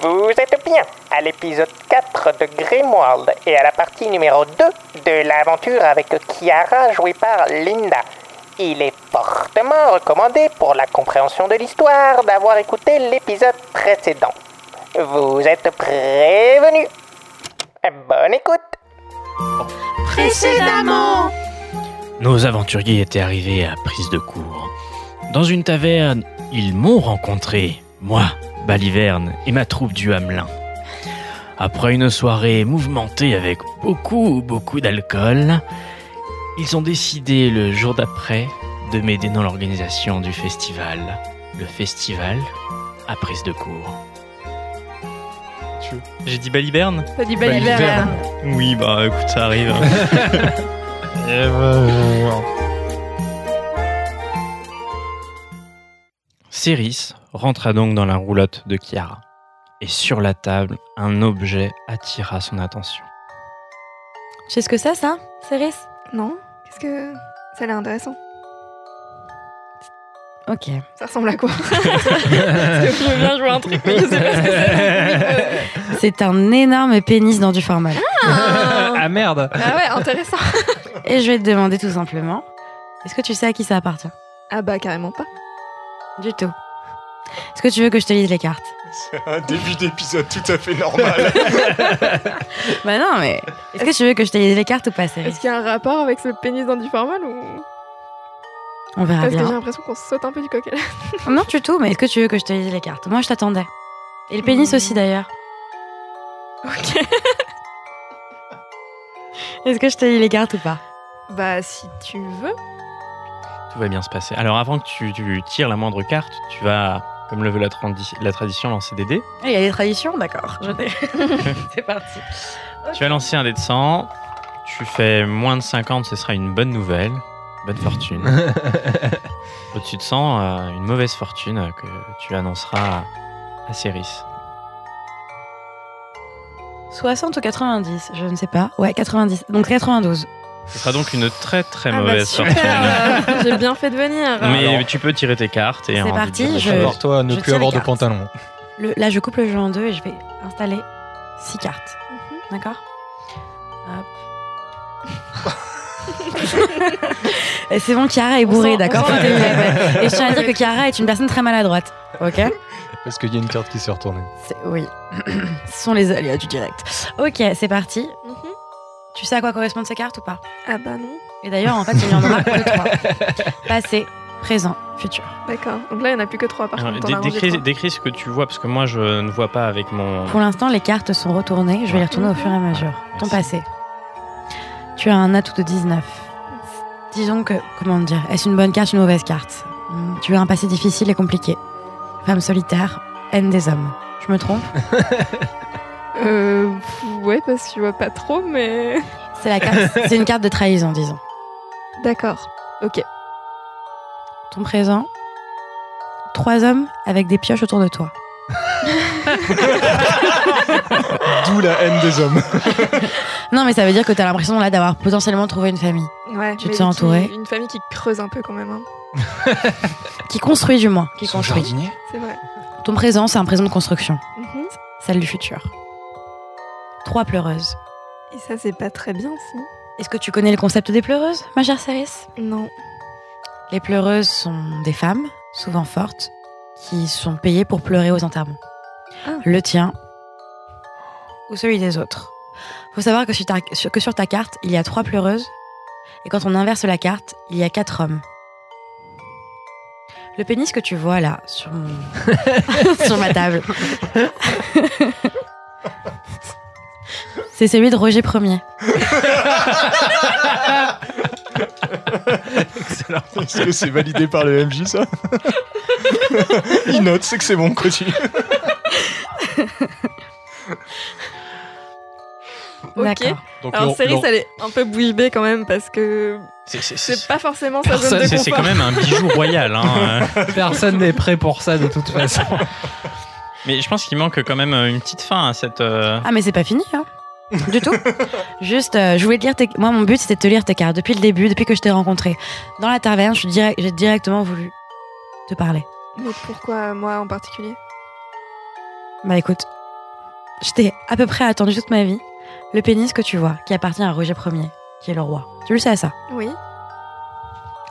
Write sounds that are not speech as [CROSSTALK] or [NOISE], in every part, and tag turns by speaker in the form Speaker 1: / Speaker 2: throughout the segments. Speaker 1: Vous êtes bien à l'épisode 4 de Grimworld et à la partie numéro 2 de l'aventure avec Chiara jouée par Linda. Il est fortement recommandé pour la compréhension de l'histoire d'avoir écouté l'épisode précédent. Vous êtes prévenus. Bonne écoute.
Speaker 2: Précédemment
Speaker 3: Nos aventuriers étaient arrivés à prise de cours. Dans une taverne, ils m'ont rencontré, moi, Baliverne et ma troupe du Hamelin. Après une soirée mouvementée avec beaucoup, beaucoup d'alcool, ils ont décidé le jour d'après de m'aider dans l'organisation du festival. Le festival à prise de cours.
Speaker 4: J'ai dit Baliberne
Speaker 2: T'as dit
Speaker 4: Baliverne.
Speaker 2: Baliverne.
Speaker 4: Oui, bah écoute, ça arrive.
Speaker 3: Céris rentra donc dans la roulotte de Chiara. Et sur la table, un objet attira son attention.
Speaker 2: Tu sais ce que c'est, ça Céris
Speaker 5: Non Qu'est-ce que. Ça a l'air intéressant.
Speaker 2: Ok.
Speaker 5: Ça ressemble à quoi
Speaker 2: Je veux bien jouer un truc, mais je sais pas ce que c'est. C'est un énorme pénis dans du formal.
Speaker 4: ah merde
Speaker 5: Ah ouais, intéressant
Speaker 2: Et je vais te demander tout simplement, est-ce que tu sais à qui ça appartient
Speaker 5: Ah bah carrément pas.
Speaker 2: Du tout. Est-ce que tu veux que je te lise les cartes
Speaker 6: Un début d'épisode tout à
Speaker 7: [LAUGHS]
Speaker 6: fait normal.
Speaker 2: Bah non, mais est-ce que tu veux que je te lise les cartes ou pas, Céris
Speaker 5: Est-ce qu'il y a un rapport avec ce pénis dans du formal ou.
Speaker 2: On verra
Speaker 5: Parce que j'ai
Speaker 2: bien.
Speaker 5: l'impression qu'on se saute un peu du coq à l'âne.
Speaker 2: Non, du tout, mais est-ce que tu veux que je te lise les cartes Moi, je t'attendais. Et le pénis aussi, d'ailleurs.
Speaker 5: Ok.
Speaker 2: [LAUGHS] Est-ce que je te lis les cartes ou pas
Speaker 5: Bah si tu veux.
Speaker 3: Tout va bien se passer. Alors avant que tu, tu tires la moindre carte, tu vas, comme le veut la, trandi- la tradition, lancer des dés.
Speaker 2: Ah, Il y a des traditions, d'accord. je t'ai- [LAUGHS] C'est parti.
Speaker 3: Tu vas lancer un dé de 100. Tu fais moins de 50, ce sera une bonne nouvelle. Bonne fortune. Au-dessus de 100, euh, une mauvaise fortune euh, que tu annonceras à- à Céris.
Speaker 2: 60 ou 90, je ne sais pas. Ouais, 90. Donc 92.
Speaker 3: Ce sera donc une très très
Speaker 5: ah bah
Speaker 3: Ah, mauvaise
Speaker 2: [LAUGHS]
Speaker 3: fortune.
Speaker 5: super euh, J'ai bien fait de venir.
Speaker 3: Mais
Speaker 4: Alors.
Speaker 3: tu peux tirer tes cartes et
Speaker 2: C'est
Speaker 3: en
Speaker 2: parti,
Speaker 3: dire des
Speaker 2: je-
Speaker 3: choses.
Speaker 4: Prépare-toi à Ah, ne
Speaker 2: Je
Speaker 4: plus
Speaker 2: tire
Speaker 4: avoir
Speaker 2: les
Speaker 4: de
Speaker 2: cartes.
Speaker 4: pantalon.
Speaker 2: Le- là, je coupe le jeu en deux et je vais installer 6 cartes.
Speaker 5: Mhm.
Speaker 2: D'accord [LAUGHS] Hop. et c'est bon, Chiara est
Speaker 5: On
Speaker 2: bourrée,
Speaker 5: sent-
Speaker 2: d'accord
Speaker 5: on sent-
Speaker 2: Tout est bien, ouais. Et je tiens à dire que Chiara est une personne très maladroite. Ok
Speaker 4: Parce qu'il y a une carte qui s'est retournée.
Speaker 2: C'est- Oui. [CLEARS THROAT] Ce sont les aléas du direct. Ok, c'est parti.
Speaker 5: Mhm.
Speaker 2: Tu sais à quoi correspondent ces cartes ou pas
Speaker 5: Ah bah non.
Speaker 2: Et d'ailleurs, en fait, il y en aura que trois. Passé, présent, futur.
Speaker 5: D'accord. Donc là, il n'y en a plus que trois par
Speaker 3: Alors,
Speaker 5: contre.
Speaker 3: dé-
Speaker 5: on a arrangé
Speaker 3: décris,
Speaker 5: trois.
Speaker 3: décris ce que tu vois, parce que moi je ne vois pas
Speaker 2: [LAUGHS]
Speaker 3: avec mon. [LAUGHS]
Speaker 2: Pour l'instant, les cartes sont retournées. Je vais les retourner au fur et à mesure. Ton
Speaker 3: Merci.
Speaker 2: passé. Tu as un atout de 19. Disons que, comment dire, est-ce une bonne carte, une mauvaise carte Hmm, Tu as un passé difficile et compliqué. Femme solitaire, haine des hommes. Je me trompe
Speaker 5: Euh. Ouais, parce que je vois pas trop, mais.
Speaker 2: C'est la carte. C'est une carte de trahison, disons.
Speaker 5: [LAUGHS] D'accord. Ok.
Speaker 2: Ton présent. Trois hommes avec des pioches autour de toi.
Speaker 4: D'où la haine des hommes.
Speaker 2: Non, mais ça veut dire que tu as l'impression là d'avoir potentiellement trouvé une famille.
Speaker 5: Ouais.
Speaker 2: Tu
Speaker 5: mais
Speaker 2: t'es
Speaker 5: qui-
Speaker 2: entourée.
Speaker 5: Une famille qui creuse un peu quand même. hein.
Speaker 2: Qui construit du moins. Qui construit.
Speaker 5: C'est vrai.
Speaker 2: Ton présent, c'est un présent de construction.
Speaker 5: Mhm.
Speaker 2: Celle du futur. Trois pleureuses.
Speaker 5: Et ça, c'est pas très bien, si.
Speaker 2: Est-ce que tu connais le concept des pleureuses, ma chère Céris
Speaker 5: Non.
Speaker 2: Les pleureuses sont des femmes, souvent fortes, qui sont payées pour pleurer aux enterrements.
Speaker 5: Ah.
Speaker 2: Le tien ou celui des autres. Faut savoir que sur, ta, sur- que sur ta carte, il y a trois pleureuses, et quand on inverse la carte, il y a quatre hommes. Le pénis que tu vois là, sur,
Speaker 5: [LAUGHS]
Speaker 2: mon- sur ma table, c'est celui de Roger Ier.
Speaker 6: Est-ce que c'est validé par le MJ [LAUGHS] ça Il note, c'est que c'est bon, continue.
Speaker 5: Ok.
Speaker 2: D'accord.
Speaker 4: Donc,
Speaker 5: Alors,
Speaker 4: le-
Speaker 5: série,
Speaker 4: le-
Speaker 5: ça est un peu bouche bée quand même parce que
Speaker 3: C'est- c'est- c'est-
Speaker 5: c'est pas forcément sa zone de
Speaker 3: C'est c'est
Speaker 5: confort.
Speaker 3: quand même un bijou royal. Hein. euh.
Speaker 8: Personne n'est prêt pour ça de toute façon.
Speaker 3: [LAUGHS] Mais je pense qu'il manque quand même euh, une petite fin à cette. euh,
Speaker 2: Ah mais c'est pas fini hein du tout. Juste, euh, je voulais te lire tes... Moi, mon but, c'était de te lire tes cartes depuis le début, depuis que je t'ai rencontré. Dans la taverne, je suis direct- j'ai directement voulu te parler.
Speaker 5: Mais pourquoi moi en particulier
Speaker 2: Bah écoute, Je t'ai à peu près attendu toute ma vie. Le pénis que tu vois, qui appartient à Roger Ier, qui est le roi. Tu le sais, ça
Speaker 5: Oui.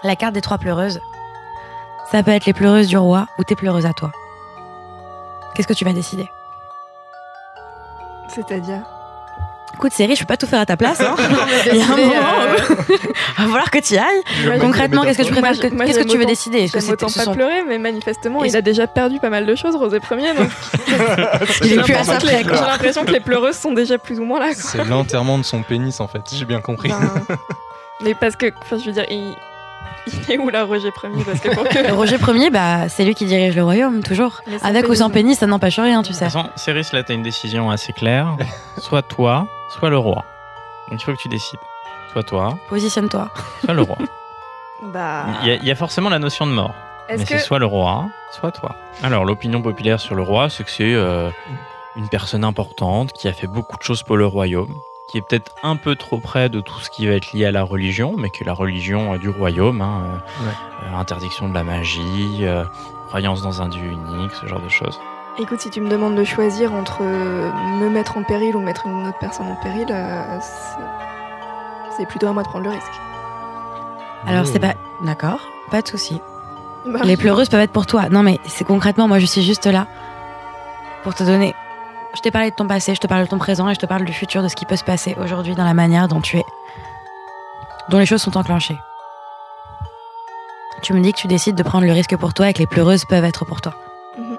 Speaker 2: La carte des trois pleureuses, ça peut être les pleureuses du roi ou tes pleureuses à toi. Qu'est-ce que tu vas décider
Speaker 5: C'est-à-dire
Speaker 2: Coup de série, je peux pas tout faire à ta place. hein. [LAUGHS] Il y a un
Speaker 5: décider,
Speaker 2: moment va falloir que tu y ailles.
Speaker 5: Moi,
Speaker 2: Concrètement, qu'est-ce que tu
Speaker 5: Moi,
Speaker 2: préfères
Speaker 5: je-
Speaker 2: que-
Speaker 5: moi,
Speaker 2: Qu'est-ce que
Speaker 5: j'aime
Speaker 2: tu veux
Speaker 5: autant-
Speaker 2: décider Est-ce que
Speaker 5: J'aime
Speaker 2: c'est
Speaker 5: autant
Speaker 2: ce
Speaker 5: pas
Speaker 2: sont-
Speaker 5: pleurer, mais manifestement,
Speaker 2: Et
Speaker 5: il a déjà perdu pas mal de choses, Rosé Ier. Donc
Speaker 2: Il
Speaker 5: j'ai
Speaker 2: est plus à
Speaker 5: l'impression
Speaker 2: sa
Speaker 5: que les-
Speaker 2: près,
Speaker 5: j'ai
Speaker 2: quoi.
Speaker 5: l'impression que les pleureuses sont déjà plus ou moins là. quoi.
Speaker 7: C'est l'enterrement de son pénis en fait, j'ai bien compris.
Speaker 5: Ben, mais parce que, enfin, je veux dire, il, il est où là, Roger Ier Parce que pour que.
Speaker 2: [LAUGHS] Le Roger Ier, bah, c'est lui qui dirige le royaume, toujours.
Speaker 5: Mais sans
Speaker 2: Avec ou sans
Speaker 5: pénis.
Speaker 2: pénis, Bah, ça n'empêche rien, tu
Speaker 3: De
Speaker 2: sais.
Speaker 3: toute façon, Cyrus, là, t'as une décision assez claire. Soit toi, soit le roi. Donc il faut que tu décides. Soit toi,
Speaker 2: Positionne-toi.
Speaker 3: soit le roi.
Speaker 5: Bah.
Speaker 3: Il y, a- il y a forcément la notion de mort. Mais
Speaker 5: Est-ce que.
Speaker 3: c'est soit le roi, soit toi. Alors, l'opinion populaire sur le roi, c'est que c'est euh, une personne importante qui a fait beaucoup de choses pour le royaume, qui est peut-être un peu trop près de tout ce qui va être lié à la religion, mais qui est la religion euh, du royaume. hein, euh, euh, interdiction de la magie, euh, croyance dans un dieu unique, ce genre de choses.
Speaker 5: Écoute, si tu me demandes de choisir entre euh, me mettre en péril ou mettre une autre personne en péril, euh, c'est- c'est plutôt à moi de prendre le risque.
Speaker 2: Alors, c'est pas. D'accord, pas de souci.
Speaker 5: Bah,
Speaker 2: Les pleureuses peuvent être pour toi. Non, mais c'est concrètement, moi, je suis juste là pour te donner. Je t'ai parlé de ton passé, je te parle de ton présent et je te parle du futur, de ce qui peut se passer aujourd'hui dans la manière dont tu es. dont les choses sont enclenchées. Tu me dis que tu décides de prendre le risque pour toi et que les pleureuses peuvent être pour toi.
Speaker 5: Mhm.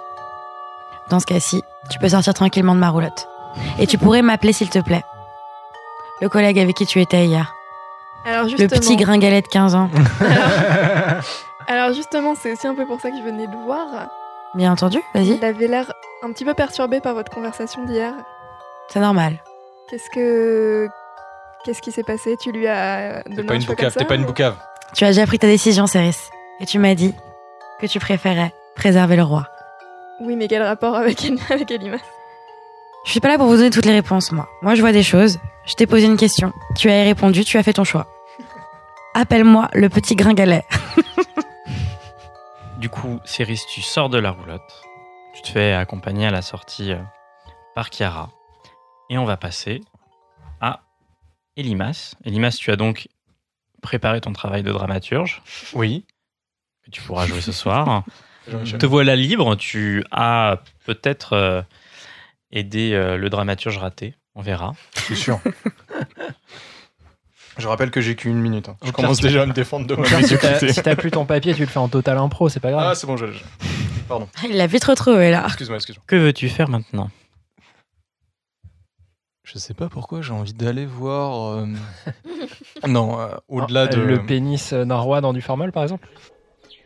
Speaker 2: Dans ce cas-ci, tu peux sortir tranquillement de ma roulotte. Et tu pourrais m'appeler, s'il te plaît. Le collègue avec qui tu étais hier.
Speaker 5: Alors justement,
Speaker 2: Le petit gringalet de 15 ans.
Speaker 5: alors justement, c'est aussi un peu pour ça que je venais le voir.
Speaker 2: Bien entendu, vas-y.
Speaker 5: Il avait l'air un petit peu perturbé par votre conversation d'hier.
Speaker 2: C'est normal.
Speaker 5: Qu'est-ce que qu'est-ce qui s'est passé Tu lui as
Speaker 7: T'es
Speaker 5: donné
Speaker 7: pas
Speaker 5: un
Speaker 7: une
Speaker 5: choix
Speaker 7: boucave,
Speaker 5: comme ça
Speaker 7: t'es pas une boucave.
Speaker 2: Tu as déjà pris ta décision, Céris. Et tu m'as dit que tu préférais préserver le roi.
Speaker 5: Oui, mais quel rapport avec avec Elima
Speaker 2: Je suis pas là pour vous donner toutes les réponses, moi. Moi, je vois des choses. Je t'ai posé une question. Tu as y répondu, tu as fait ton choix. Appelle-moi le petit gringalet. [LAUGHS]
Speaker 3: Du coup, Céris, tu sors de la roulotte. Tu te fais accompagner à la sortie euh, par Chiara. Et on va passer à Elimas. Elimas, tu as donc préparé ton travail de dramaturge
Speaker 7: Oui.
Speaker 3: que tu pourras jouer ce soir. Te voilà libre. Tu as peut-être euh, aidé euh, le dramaturge raté. On verra.
Speaker 6: C'est sûr. Je rappelle que j'ai qu'une minute. hein. Je
Speaker 7: Au
Speaker 6: commence
Speaker 7: pire,
Speaker 6: déjà à me défendre de ma [LAUGHS]
Speaker 9: Genre, si t'as
Speaker 6: médiocrité.
Speaker 9: Euh, si t'as plus ton papier, tu le fais en total impro, c'est pas grave.
Speaker 6: Ah, c'est bon, je je-
Speaker 2: Il l'a vite retrouvé, [LAUGHS] là.
Speaker 6: Excuse-moi, excuse-moi.
Speaker 3: Que veux-tu faire maintenant
Speaker 6: Je sais pas pourquoi j'ai envie d'aller voir. euh, [LAUGHS] non, euh, au-delà
Speaker 9: Ah,
Speaker 6: de.
Speaker 9: Le pénis euh, d'un roi dans du formol, par exemple.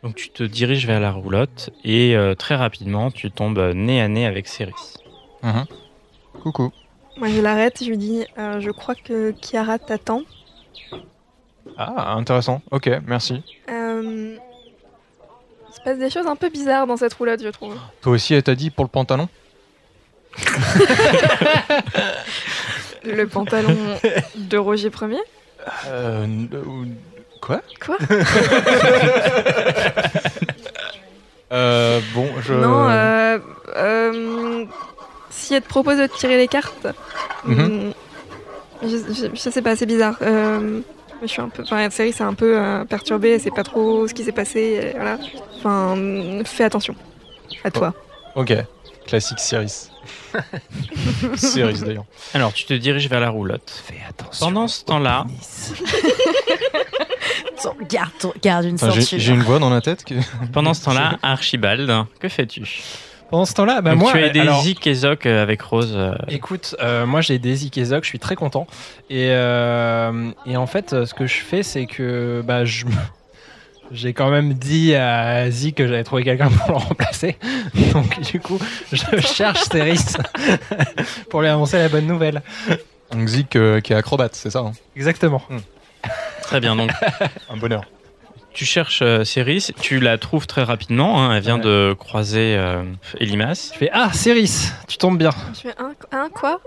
Speaker 3: Donc tu te diriges vers la roulotte et euh, très rapidement tu tombes euh, nez à nez avec Céris.
Speaker 6: Coucou.
Speaker 5: Moi, je l'arrête. Je lui dis, euh, je crois que Kiara t'attend.
Speaker 6: Ah, intéressant. Ok, merci.
Speaker 5: Euh, Il se passe des choses un peu bizarres dans cette roulotte, je
Speaker 7: [LAUGHS]
Speaker 5: trouve.
Speaker 6: Toi aussi, elle t'a dit pour le pantalon
Speaker 5: Le pantalon de Roger Ier.
Speaker 6: Euh. euh, Quoi
Speaker 5: Quoi
Speaker 6: [LAUGHS] Euh. Bon, je.
Speaker 5: Non, euh, euh, si elle te propose de tirer les cartes,
Speaker 6: Mhm.
Speaker 5: mm, je, je- je sais pas, c'est bizarre. Euh, je suis un peu, enfin, la série c'est un peu euh, perturbé, elle sait pas trop ce qui s'est passé, et voilà. Enfin, mm, fais attention. À toi.
Speaker 6: Ok. Classique
Speaker 5: [LAUGHS]
Speaker 6: Cyrus. Cyrus d'ailleurs.
Speaker 3: Alors tu te diriges vers la roulotte.
Speaker 9: Fais attention.
Speaker 3: Pendant ce temps-là,
Speaker 2: Garde, ton- garde une
Speaker 6: Enfin, j'ai
Speaker 2: ceinture.
Speaker 6: j'ai une voix dans la tête que.
Speaker 3: Pendant ce
Speaker 9: [LAUGHS]
Speaker 3: temps-là, Archibald, que fais-tu
Speaker 9: Pendant ce temps-là, bah
Speaker 3: Donc
Speaker 9: moi,
Speaker 3: Tu as aidé
Speaker 9: alors,
Speaker 3: Zik et Zok euh, avec Rose. euh,
Speaker 9: Écoute, euh, moi j'ai des Ikezok, je suis très content. Et, euh, et en fait, euh, ce que je fais, c'est que bah, je me- [LAUGHS] j'ai quand même dit à Zik que j'avais trouvé quelqu'un pour le remplacer. [LAUGHS] Donc du coup, je cherche Céris [LAUGHS] pour lui annoncer la bonne nouvelle.
Speaker 6: Donc Zik euh, qui est acrobate, c'est ça hein
Speaker 9: Exactement. [LAUGHS]
Speaker 3: Très bien, donc
Speaker 6: Un bonheur.
Speaker 3: Tu cherches euh, Céris, tu la trouves très rapidement. hein, elle vient
Speaker 9: Ouais.
Speaker 3: de croiser euh, Elimas.
Speaker 9: Je fais Ah, Céris, tu tombes bien.
Speaker 5: Je fais un, un quoi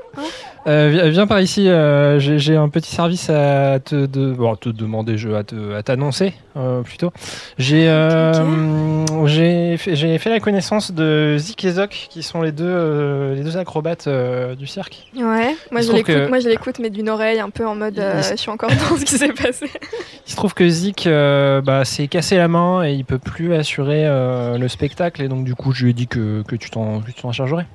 Speaker 9: Euh, vi- viens par ici, euh, j'ai j'ai un petit service à te, de- bon, à te demander, je, à te- à t'annoncer euh, plutôt. J'ai euh, j'ai fait, j'ai fait la connaissance de Zik et Zok, qui sont les deux, euh, les deux acrobates euh, du cirque.
Speaker 5: Ouais, moi
Speaker 9: Il se
Speaker 5: je
Speaker 9: trouve
Speaker 5: l'écoute,
Speaker 9: que-
Speaker 5: moi je l'écoute, mais d'une oreille, un peu en mode euh,
Speaker 9: Il se-
Speaker 5: je suis encore [LAUGHS] dans ce qui s'est passé.
Speaker 9: Il se trouve que Zik euh, bah, s'est cassé la main et il peut plus assurer euh, le spectacle, et donc du coup je lui ai dit que, que tu t'en que tu t'en chargerais.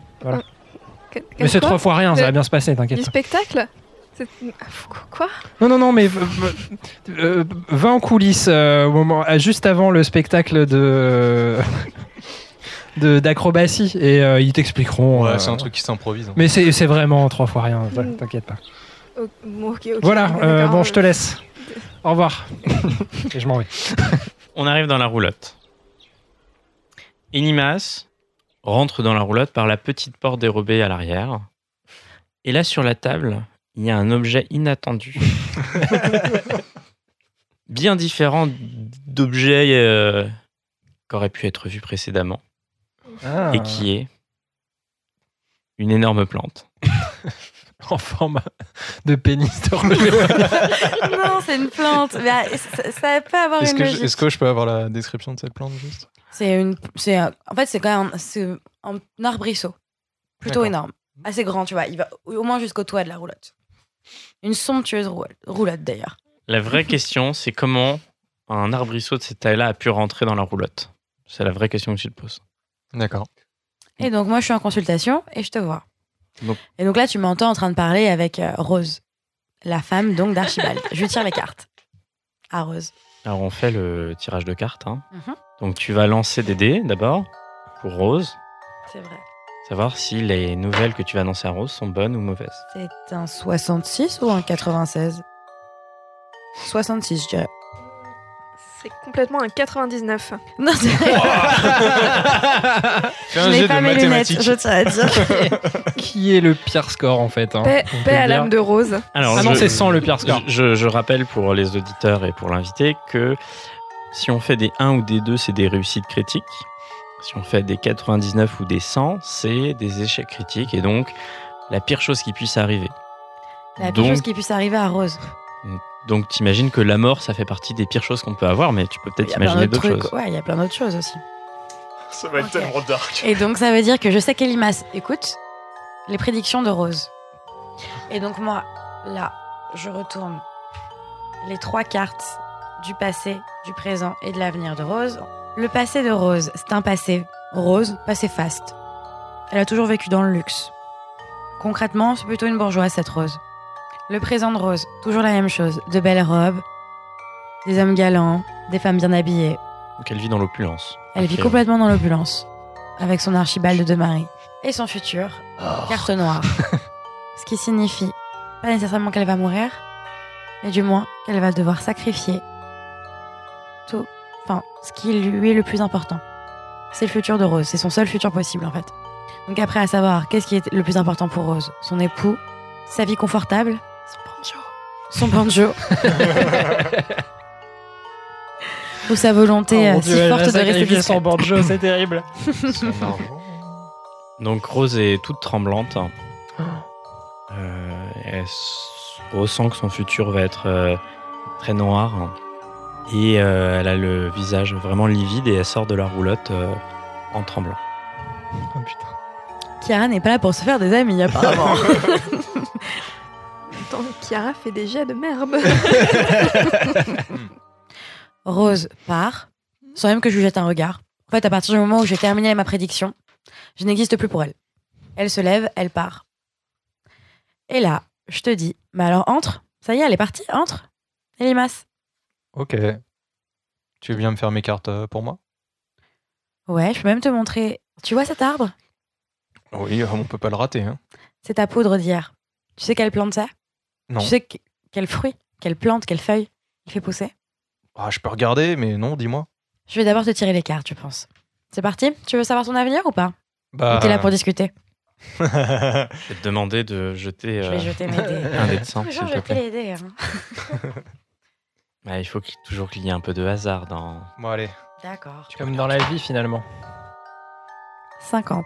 Speaker 5: Qu-
Speaker 9: Mais c'est
Speaker 5: quoi
Speaker 9: trois fois rien, ça
Speaker 5: Le-
Speaker 9: va bien se passer,
Speaker 5: Du
Speaker 9: t'inquiète pas.
Speaker 5: spectacle C'est- Quoi
Speaker 9: Non, non, non, mais v- v- euh, va en coulisses euh, au moment, euh, juste avant le spectacle de [LAUGHS] de- d'acrobatie et euh, ils t'expliqueront.
Speaker 6: Ouais,
Speaker 9: euh,
Speaker 6: c'est un truc qui s'improvise. hein.
Speaker 9: Mais c'est c'est vraiment trois fois
Speaker 2: Mm.
Speaker 9: rien, voilà, t'inquiète pas.
Speaker 5: Oh, bon, ok, ok,
Speaker 9: Voilà,
Speaker 5: d'accord,
Speaker 9: euh, bon,
Speaker 5: euh,
Speaker 9: je te laisse.
Speaker 2: [LAUGHS]
Speaker 9: Au revoir. et je m'en vais.
Speaker 3: On arrive dans la roulotte. Elimas rentre dans la roulotte par la petite porte dérobée à l'arrière. Et là, sur la table, il y a un objet
Speaker 9: [LAUGHS]
Speaker 3: inattendu. Bien différent d'objets euh, qu'aurait pu être vu précédemment. Et qui est une énorme plante.
Speaker 9: en forme de pénis [LAUGHS] de relevé.
Speaker 2: [LAUGHS] Non, c'est une
Speaker 6: [LAUGHS]
Speaker 2: plante. Mais, ah, ça, ça peut avoir
Speaker 6: Est-ce
Speaker 2: une
Speaker 6: que, je-
Speaker 2: logique.
Speaker 6: est-ce que je peux avoir la description de cette plante juste
Speaker 2: C'est une, c'est un- en fait c'est quand même un- c'est un arbrisseau, plutôt
Speaker 6: D'accord.
Speaker 2: énorme, assez grand, tu vois. Il va au moins jusqu'au toit de la roulotte. Une somptueuse roule- roulotte d'ailleurs.
Speaker 3: La vraie [LAUGHS] question, c'est comment un arbrisseau de cette taille-là a pu rentrer dans la roulotte C'est la vraie question que tu te poses.
Speaker 6: D'accord.
Speaker 2: Et donc moi je suis en consultation et je te vois.
Speaker 3: Donc-
Speaker 2: Et donc là tu m'entends en train de parler avec euh, Rose, la femme donc
Speaker 3: [LAUGHS]
Speaker 2: d'Archibald. je lui tire les cartes à Rose.
Speaker 3: Alors on fait le tirage de cartes. hein.
Speaker 2: Mhm.
Speaker 3: Donc tu vas lancer des dés d'abord pour Rose,
Speaker 2: C'est vrai.
Speaker 3: savoir si les nouvelles que tu vas annoncer à Rose sont bonnes ou mauvaises.
Speaker 2: C'est un 66 ou un 96 66 je dirais.
Speaker 5: C'est complètement un 99.
Speaker 2: Non, c'est
Speaker 3: Oh,
Speaker 6: Fais
Speaker 2: je n'ai pas mes lunettes, je tiens à dire.
Speaker 3: [LAUGHS]
Speaker 9: qui est le pire score en fait hein,
Speaker 5: Paix,
Speaker 9: on peut
Speaker 5: paix à
Speaker 9: dire.
Speaker 5: l'âme de Rose.
Speaker 3: Alors
Speaker 9: Ah non,
Speaker 3: je-
Speaker 9: c'est 100 le pire score.
Speaker 3: Je, je rappelle pour les auditeurs et pour l'invité que si on fait des 1 ou des 2, c'est des réussites critiques. Si on fait des 99 ou des 100, c'est des échecs critiques et donc la pire chose qui puisse arriver.
Speaker 2: La pire
Speaker 3: donc,
Speaker 2: chose qui puisse arriver à Rose.
Speaker 3: donc t'imagines que la mort, ça fait partie des pires choses qu'on peut avoir, mais tu peux peut-être
Speaker 2: Il y a plein
Speaker 3: imaginer d'autres
Speaker 2: trucs.
Speaker 3: choses.
Speaker 2: Ouais, il y a plein d'autres choses aussi.
Speaker 10: Ça va
Speaker 2: être tellement
Speaker 10: dark.
Speaker 2: Et donc ça veut dire que je sais qu'Elimas écoute les prédictions de Rose. Et donc moi, là, je retourne les trois cartes du passé, du présent et de l'avenir de Rose. Le passé de Rose, c'est un passé rose, passé faste. Elle a toujours vécu dans le luxe. Concrètement, c'est plutôt une bourgeoise cette Rose. Le présent de Rose, toujours la même chose, de belles robes, des hommes galants, des femmes bien habillées.
Speaker 3: Donc elle vit dans l'opulence.
Speaker 2: Elle vit
Speaker 3: Ok.
Speaker 2: complètement dans l'opulence, avec son archibald de mari et son futur,
Speaker 6: Ah,
Speaker 2: carte [LAUGHS] noire. Ce qui signifie pas nécessairement qu'elle va mourir, mais du moins qu'elle va devoir sacrifier tout, enfin, ce qui lui est le plus important. C'est le futur de Rose, c'est son seul futur possible en fait. Donc après, à savoir, qu'est-ce qui est le plus important pour Rose Son époux, sa vie confortable, son banjo, [LAUGHS] ou sa volonté
Speaker 9: Oh mon
Speaker 2: euh,
Speaker 9: Dieu,
Speaker 2: si
Speaker 9: elle a
Speaker 2: forte de rester
Speaker 9: sacrifié
Speaker 2: discrète.
Speaker 9: son banjo, c'est terrible.
Speaker 2: [LAUGHS]
Speaker 6: Son argent.
Speaker 3: Donc Rose est toute tremblante. Euh, elle s- ressent que son futur va être euh, très noir. Et euh, elle a le visage vraiment livide et elle sort de la roulotte euh, en tremblant.
Speaker 9: Oh, putain.
Speaker 2: Kiara n'est pas là pour se faire des amis, apparemment.
Speaker 5: Attends, Kiara fait des jets de merde.
Speaker 2: Rose part, sans même que je lui jette un regard. En fait, à partir du moment où j'ai terminé ma prédiction, je n'existe plus pour elle. Elle se lève, elle part. Et là, je te dis, mais alors entre, ça y est, elle est partie, entre. Elimas.
Speaker 6: Ok. Tu veux bien me faire mes cartes euh, pour moi
Speaker 2: Ouais, je peux même te montrer. Tu vois cet arbre
Speaker 6: Oui, euh, on peut pas le rater. Hein.
Speaker 2: C'est ta poudre d'hier. Tu sais quelle plante c'est
Speaker 6: Non.
Speaker 2: Tu sais que- quel fruit, quelle plante, quelle feuille il fait pousser
Speaker 6: Ah, je peux regarder, mais non, dis-moi.
Speaker 2: Je vais d'abord te tirer les cartes, je pense. C'est parti Tu veux savoir son avenir ou pas
Speaker 6: Bah.
Speaker 2: Ou T'es là pour discuter.
Speaker 3: Je vais te demander de jeter
Speaker 2: Je
Speaker 3: euh,
Speaker 2: vais jeter mes dés.
Speaker 3: [LAUGHS]
Speaker 2: [LAUGHS]
Speaker 3: un dé de sang,
Speaker 2: Toujours
Speaker 3: s'il te
Speaker 2: jeter les
Speaker 3: plaît.
Speaker 2: dés. hein.
Speaker 3: Ouais, Bah, il faut qu'il- toujours qu'il y ait un peu de hasard dans.
Speaker 6: [LAUGHS] Bon, allez.
Speaker 2: D'accord.
Speaker 9: Comme dans la vie finalement.
Speaker 2: 50.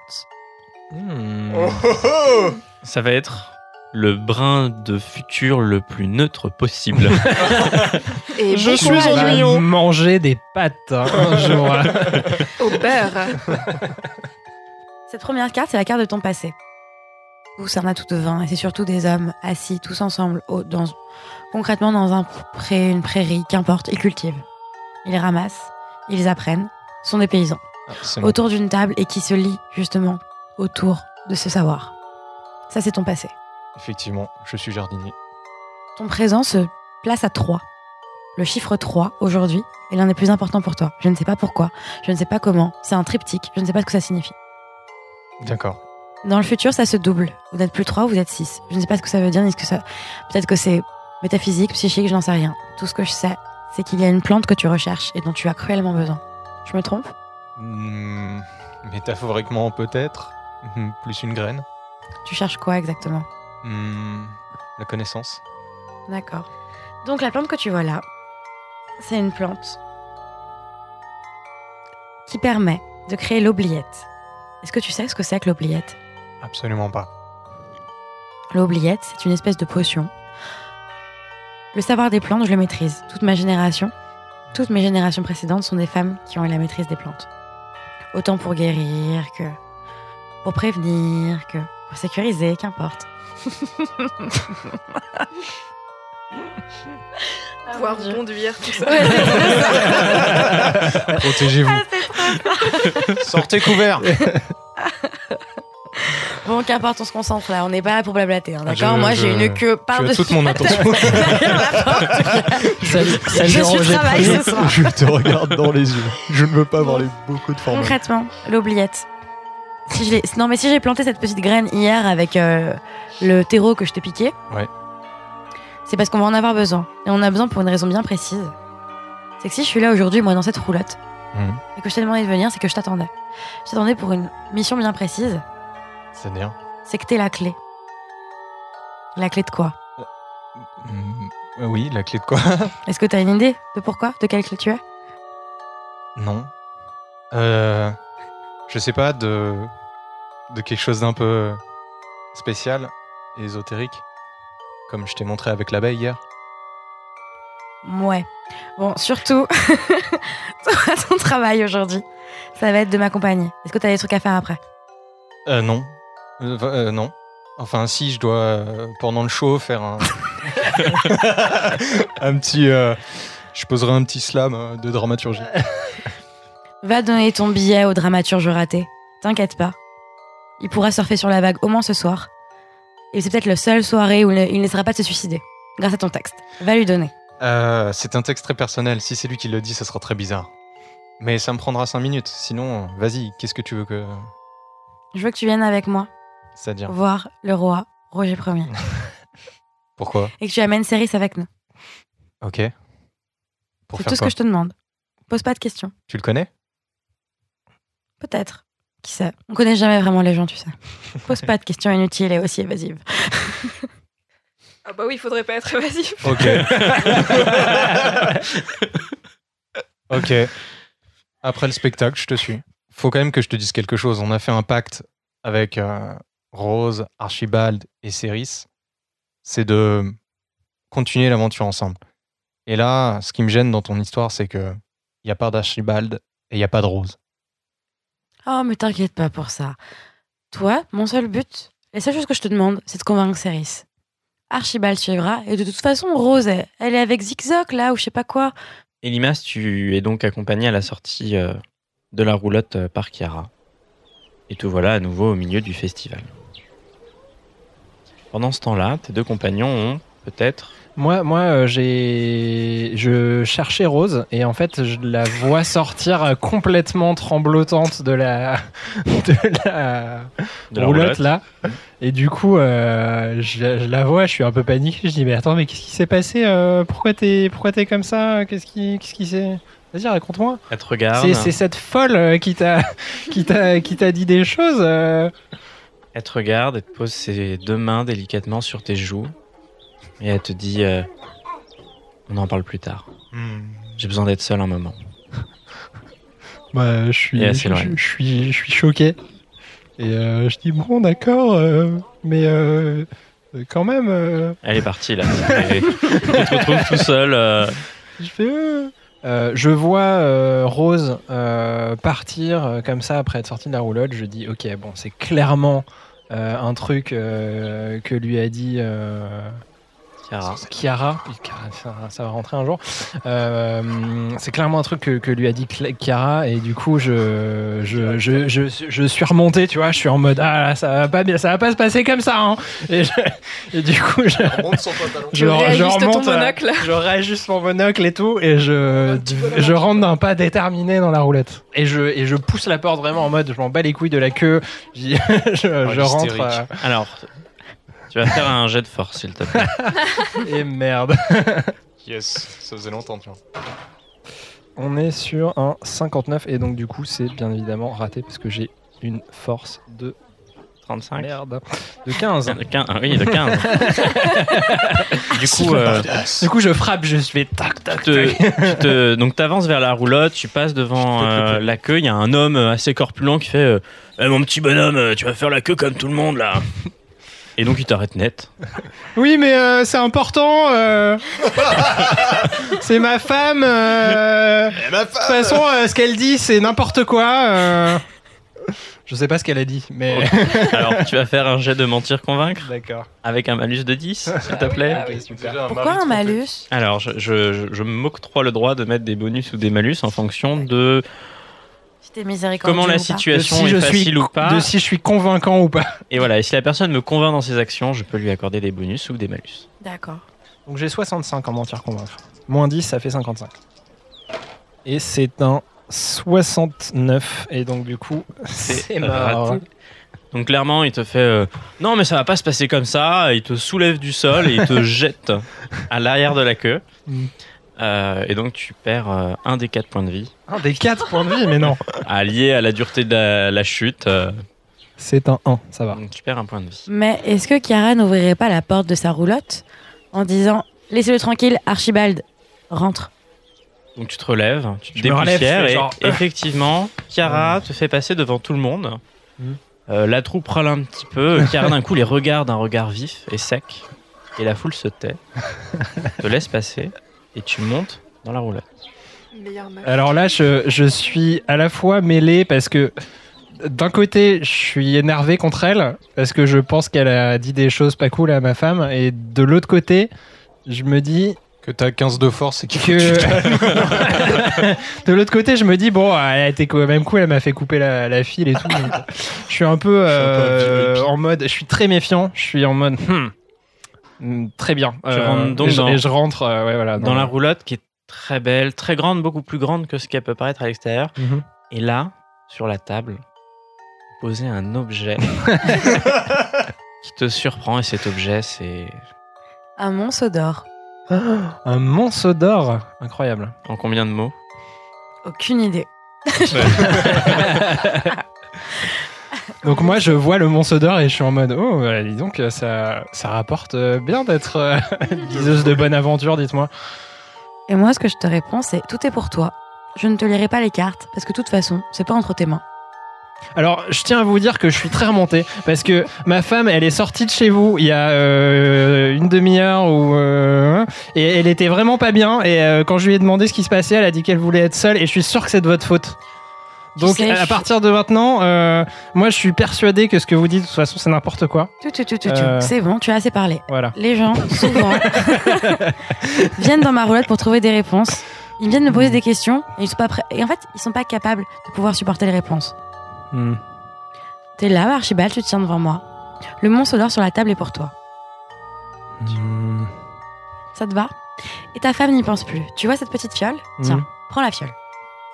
Speaker 2: [LAUGHS]
Speaker 9: Hmm.
Speaker 10: Oh, oh, oh
Speaker 3: Ça va être le brin de futur le plus neutre possible.
Speaker 5: [LAUGHS] Et
Speaker 10: Je
Speaker 5: bon
Speaker 10: suis
Speaker 5: courage.
Speaker 9: Va
Speaker 10: ennuyant.
Speaker 9: manger des pâtes hein, [LAUGHS] un jour.
Speaker 5: Au beurre.
Speaker 2: Cette première carte, c'est la carte de ton passé. Vous, ça en a tout de vin, et c'est surtout des hommes assis tous ensemble, au- dans, concrètement dans un pré- une prairie, qu'importe, ils cultivent. Ils ramassent, ils apprennent, ce sont des paysans,
Speaker 6: Ah, C'est
Speaker 2: autour d'une table et qui se lient justement autour de ce savoir. Ça, c'est ton passé.
Speaker 6: Effectivement, je suis jardinier.
Speaker 2: Ton présent se place à 3. Le chiffre 3, aujourd'hui, est l'un des plus importants pour toi. Je ne sais pas pourquoi, je ne sais pas comment, c'est un triptyque, je ne sais pas ce que ça signifie.
Speaker 6: D'accord.
Speaker 2: Dans le futur, ça se double. Vous n'êtes plus trois, vous êtes six. Je ne sais pas ce que ça veut dire, ni ce que ça. Peut-être que c'est métaphysique, psychique, je n'en sais rien. Tout ce que je sais, c'est qu'il y a une plante que tu recherches et dont tu as cruellement besoin. Je me trompe
Speaker 6: Hmm, métaphoriquement, peut-être. Hmm, Plus une graine.
Speaker 2: Tu cherches quoi exactement
Speaker 6: Hmm, la connaissance.
Speaker 2: D'accord. Donc la plante que tu vois là, c'est une plante qui permet de créer l'oubliette. Est-ce que tu sais ce que c'est que l'oubliette
Speaker 6: Absolument pas.
Speaker 2: L'oubliette, c'est une espèce de potion. Le savoir des plantes, je le maîtrise. Toute ma génération, toutes mes générations précédentes sont des femmes qui ont eu la maîtrise des plantes. Autant pour guérir que pour prévenir, que pour sécuriser, qu'importe. [LAUGHS]
Speaker 5: Pouvoir conduire, tout ça.
Speaker 2: Ah, Ouais, c'est Ah,
Speaker 6: Protégez-vous. [LAUGHS] Sortez couverts.
Speaker 2: Bon, qu'importe, on se concentre là. On n'est pas là pour blablater, hein,
Speaker 6: Ah,
Speaker 2: d'accord
Speaker 6: je-
Speaker 2: Moi,
Speaker 6: je-
Speaker 2: j'ai une queue
Speaker 6: Tu as
Speaker 2: par-dessus.
Speaker 6: toute mon
Speaker 2: [LAUGHS]
Speaker 6: attention.
Speaker 2: derrière la porte.
Speaker 9: Salut, salut,
Speaker 2: Je suis
Speaker 9: Roger.
Speaker 2: travail ce
Speaker 10: [LAUGHS]
Speaker 2: soir.
Speaker 10: Je te regarde dans les yeux. Je ne veux pas
Speaker 2: [LAUGHS]
Speaker 10: avoir les beaucoup de formes.
Speaker 2: Concrètement, l'oubliette. Si je l'ai- non, mais si j'ai planté cette petite graine hier avec euh, le terreau que je t'ai piqué,
Speaker 6: Ouais.
Speaker 2: c'est parce qu'on va en avoir besoin. Et on en a besoin pour une raison bien précise. C'est que si je suis là aujourd'hui, moi, dans cette roulotte,
Speaker 10: Hmm.
Speaker 6: Mhm.
Speaker 2: et que je t'ai demandé de venir, c'est que je t'attendais. Je t'attendais pour une mission bien précise,
Speaker 6: C'est bien.
Speaker 2: c'est que t'es la clé. La clé de quoi
Speaker 6: Hmm, oui, la clé de quoi
Speaker 2: Est-ce que t'as une idée de pourquoi De quelle clé tu es
Speaker 6: Non. Euh, je sais pas, de, de quelque chose d'un peu spécial et ésotérique, comme je t'ai montré avec l'abeille hier.
Speaker 2: Ouais. Bon, surtout, [LAUGHS] toi, ton travail aujourd'hui, ça va être de m'accompagner. Est-ce que t'as des trucs à faire après
Speaker 6: Euh, non. Euh, va- euh, non. Enfin, si, je dois, euh, pendant le show, faire un... un petit... euh, je poserai un petit slam euh, de dramaturgie.
Speaker 2: Va donner ton billet au dramaturge raté. T'inquiète pas. Il pourra surfer sur la vague au moins ce soir. Et c'est peut-être la seule soirée où il ne laissera pas de se suicider. Grâce à ton texte. Va lui donner.
Speaker 6: Euh, c'est un texte très personnel. Si c'est lui qui le dit, ça sera très bizarre. Mais ça me prendra 5 minutes. Sinon, euh, vas-y, qu'est-ce que tu veux que...
Speaker 2: Je veux que tu viennes avec moi
Speaker 6: C'est-à-dire
Speaker 2: voir le roi Roger Ier.
Speaker 6: Pourquoi
Speaker 2: Et que tu amènes Céris avec nous.
Speaker 6: Ok. Pour
Speaker 2: C'est
Speaker 6: faire
Speaker 2: tout ce
Speaker 6: quoi
Speaker 2: que je te demande. Pose pas de questions.
Speaker 6: Tu
Speaker 2: [LAUGHS]
Speaker 6: le connais
Speaker 2: Peut-être. Qui sait On connaît jamais vraiment les gens, tu sais. Pose pas de questions inutiles et aussi évasives.
Speaker 5: Ah bah oui, il faudrait pas être évasif.
Speaker 6: Ok. ok. Après le spectacle, je te suis. Faut quand même que je te dise quelque chose. On a fait un pacte avec euh, Rose, Archibald et Céris. C'est de continuer l'aventure ensemble. Et là, ce qui me gêne dans ton histoire, c'est que il n'y a pas d'Archibald et il n'y a pas de Rose.
Speaker 2: Oh, mais t'inquiète pas pour ça. Toi, mon seul but, la seule chose que je te demande, c'est de convaincre Céris. Archibald suivra, et de toute façon, Rose, elle, elle est avec Zigzag, là, ou je sais pas quoi.
Speaker 3: Ah, Et Limas, tu es donc accompagné à la sortie euh, de la roulotte euh, par Chiara. Et te voilà à nouveau au milieu du festival. Pendant ce temps-là, tes deux compagnons ont peut-être.
Speaker 9: [LAUGHS] Moi, moi, euh, j'ai, je cherchais Rose et en fait, je la vois sortir euh, complètement tremblotante de la, [LAUGHS] de la,
Speaker 3: de la
Speaker 9: roulotte, là. Et du coup, euh, je, la- je la vois, je suis un peu paniqué. Je dis mais attends, mais qu'est-ce qui s'est passé euh, Pourquoi t'es, pourquoi t'es comme ça Qu'est-ce qui, qu'est-ce qui s'est Vas-y, raconte-moi.
Speaker 3: Elle te regarde.
Speaker 9: C'est, c'est cette folle euh, qui t'a, [LAUGHS] qui t'a, qui t'a dit des choses. euh.
Speaker 3: Elle te regarde, elle te pose ses deux mains délicatement sur tes joues. Et elle te dit euh, On en parle plus tard.
Speaker 6: Hmm.
Speaker 3: J'ai besoin d'être seul un moment.
Speaker 9: Bah, je suis,
Speaker 3: Et
Speaker 9: je,
Speaker 3: c'est vrai.
Speaker 9: je- je suis, je suis choqué. Et euh, je dis bon, d'accord, euh, mais euh, euh, quand même, euh,
Speaker 3: Elle est partie
Speaker 9: [LAUGHS]
Speaker 3: là. Et tu te retrouves tout seul. euh,
Speaker 9: je fais. euh. Euh, je vois euh, Rose euh, partir euh, comme ça après être sortie de la roulotte. Je dis ok, bon, c'est clairement euh, un truc euh, que lui a dit. euh,
Speaker 3: Chiara.
Speaker 9: Chiara, Chiara, ça, ça va rentrer un jour. Euh, c'est clairement un truc que, que lui a dit Cla- Chiara et du coup je, je, je, je, je suis remonté, tu vois, je suis en mode ah là, ça va pas bien, ça va pas se passer comme ça. hein. Et, je- et du coup je, je, je
Speaker 5: réajustes ton
Speaker 9: remonte, euh,
Speaker 5: monocle.
Speaker 9: je réajuste mon monocle et tout et je, je rentre d'un pas déterminé dans la roulette et je, et je pousse la porte vraiment en mode je m'en bats les couilles de la queue, J'y- [LAUGHS] je, je rentre
Speaker 6: l'hystérique.
Speaker 9: euh,
Speaker 3: Alors, tu vas faire un jet de force, s'il te
Speaker 9: [LAUGHS]
Speaker 3: plaît.
Speaker 9: euh, et merde.
Speaker 6: Yes, ça faisait longtemps, tu vois.
Speaker 9: On est sur un 59 et donc du coup c'est bien évidemment raté parce que j'ai une force de
Speaker 3: 35.
Speaker 9: merde de 15.
Speaker 3: De 15, ah oui, de
Speaker 9: [LAUGHS]
Speaker 3: 15. du coup, euh,
Speaker 9: du coup je frappe, je fais tac tac.
Speaker 3: te- tu te- donc t'avances vers la roulotte, tu passes devant euh, la queue. Il y a un homme assez corpulent qui fait euh, Eh, Mon petit bonhomme, euh, tu vas faire la queue comme tout le monde là. Et donc il t'arrête net.
Speaker 9: Oui mais euh, c'est important. [LAUGHS] euh. c'est ma femme. euh. De toute façon euh, ce qu'elle dit c'est n'importe quoi. euh. Je sais pas ce qu'elle a dit mais.
Speaker 3: Alors tu vas faire un jet de mentir convaincre
Speaker 9: [LAUGHS] D'accord.
Speaker 3: avec un malus de 10, s'il
Speaker 9: Ah
Speaker 3: te plaît.
Speaker 2: Pourquoi un malus
Speaker 3: Alors, je, je, je- je m'octroie le droit de mettre des bonus ou des malus en fonction de
Speaker 2: C'était miséricordieux.
Speaker 3: comment la
Speaker 2: ou pas
Speaker 3: situation
Speaker 9: De si
Speaker 3: est
Speaker 9: je suis-
Speaker 3: facile ou pas.
Speaker 9: De si je suis convaincant ou pas.
Speaker 3: Et voilà, et si la personne me convainc dans ses actions, je peux lui accorder des bonus ou des malus.
Speaker 2: D'accord.
Speaker 9: Donc j'ai 65 en mentir convaincre. Moins 10, ça fait 55. Et c'est un 69. Et donc du coup, [LAUGHS] c'est mort.
Speaker 3: raté. Donc clairement, il te fait euh, non mais ça va pas se passer comme ça. Il te soulève du sol et il
Speaker 9: [LAUGHS]
Speaker 3: te jette à l'arrière de la queue.
Speaker 9: Mm.
Speaker 3: Euh, et donc tu perds euh, un des quatre points de vie,
Speaker 9: Un des 4 points de vie, mais non.
Speaker 3: allié à la dureté de la, la chute. euh,
Speaker 9: C'est un 1, ça va.
Speaker 3: donc tu perds un point de vie.
Speaker 2: Mais est-ce que Chiara n'ouvrirait pas la porte de sa roulotte en disant Laissez-le tranquille, Archibald, rentre
Speaker 3: Donc tu te relèves, tu te
Speaker 9: Je me relève,
Speaker 3: dépoussières
Speaker 9: je fais
Speaker 3: et
Speaker 9: genre-
Speaker 3: [LAUGHS] effectivement, Chiara te fait passer devant tout le monde.
Speaker 9: Mm.
Speaker 3: Euh, la troupe râle un petit
Speaker 9: [LAUGHS]
Speaker 3: peu. Chiara d'un coup les regarde d'un regard vif et sec. Et la foule se
Speaker 9: [LAUGHS]
Speaker 3: tait, te laisse passer et tu montes dans la roulotte.
Speaker 5: Meilleur meuf.
Speaker 9: Alors là, je, je suis à la fois mêlé parce que d'un côté, je suis énervé contre elle parce que je pense qu'elle a dit des choses pas cool à ma femme. Et de l'autre côté, je me dis,
Speaker 6: Que t'as 15 de force et qu'il faut que tu te-
Speaker 9: que de l'autre côté je me dis bon elle a été quand même cool elle m'a fait couper la, la file et tout donc, je suis un peu euh, en mode je suis très méfiant je suis en mode hmm, hmm, très bien
Speaker 3: Tu rentres donc
Speaker 9: et, je,
Speaker 3: dans-
Speaker 9: et je rentre euh, ouais, voilà,
Speaker 3: Dans la roulotte qui est très belle, très grande, beaucoup plus grande que ce qu'elle peut paraître à l'extérieur.
Speaker 9: Mhm.
Speaker 3: Et là, sur la table, poser un
Speaker 9: [LAUGHS]
Speaker 3: objet qui te surprend et cet objet c'est
Speaker 2: Un monceau d'or.
Speaker 9: un monceau d'or incroyable
Speaker 3: en combien de mots
Speaker 2: Aucune idée.
Speaker 9: donc moi je vois le monceau d'or et je suis en mode oh ouais, dis donc ça, ça rapporte euh, bien d'être euh, [LAUGHS] diseuse de bonne aventure dites-moi
Speaker 2: Et moi, ce que je te réponds, c'est Tout est pour toi. Je ne te lirai pas les cartes, parce que de toute façon, c'est pas entre tes mains.
Speaker 9: Alors, je tiens à vous dire que je suis très remonté parce que ma femme, elle est sortie de chez vous il y a euh, une demi-heure ou euh, et elle était vraiment pas bien. Et euh, quand je lui ai demandé ce qui se passait, elle a dit qu'elle voulait être seule. Et je suis sûr que c'est de votre faute.
Speaker 2: Tu
Speaker 9: Donc,
Speaker 2: sais,
Speaker 9: à
Speaker 2: je-
Speaker 9: partir de maintenant, euh, moi, je suis persuadé que ce que vous dites, de toute façon, c'est n'importe quoi.
Speaker 2: Tu, tu, tu, tu, tu.
Speaker 9: Euh.
Speaker 2: C'est bon, tu as assez parlé.
Speaker 9: Voilà.
Speaker 2: Les gens, souvent, viennent dans ma roulette pour trouver des réponses. Ils viennent me poser des questions et ils sont pas prêts. Et en fait, ils sont pas capables de pouvoir supporter les réponses. T'es là, Archibald, tu te tiens devant moi. Le monceau d'or sur la table est pour toi.
Speaker 9: Mmh.
Speaker 2: Ça te va Et ta femme n'y pense plus. Tu vois cette petite fiole Tiens,
Speaker 9: Mhm.
Speaker 2: prends la fiole.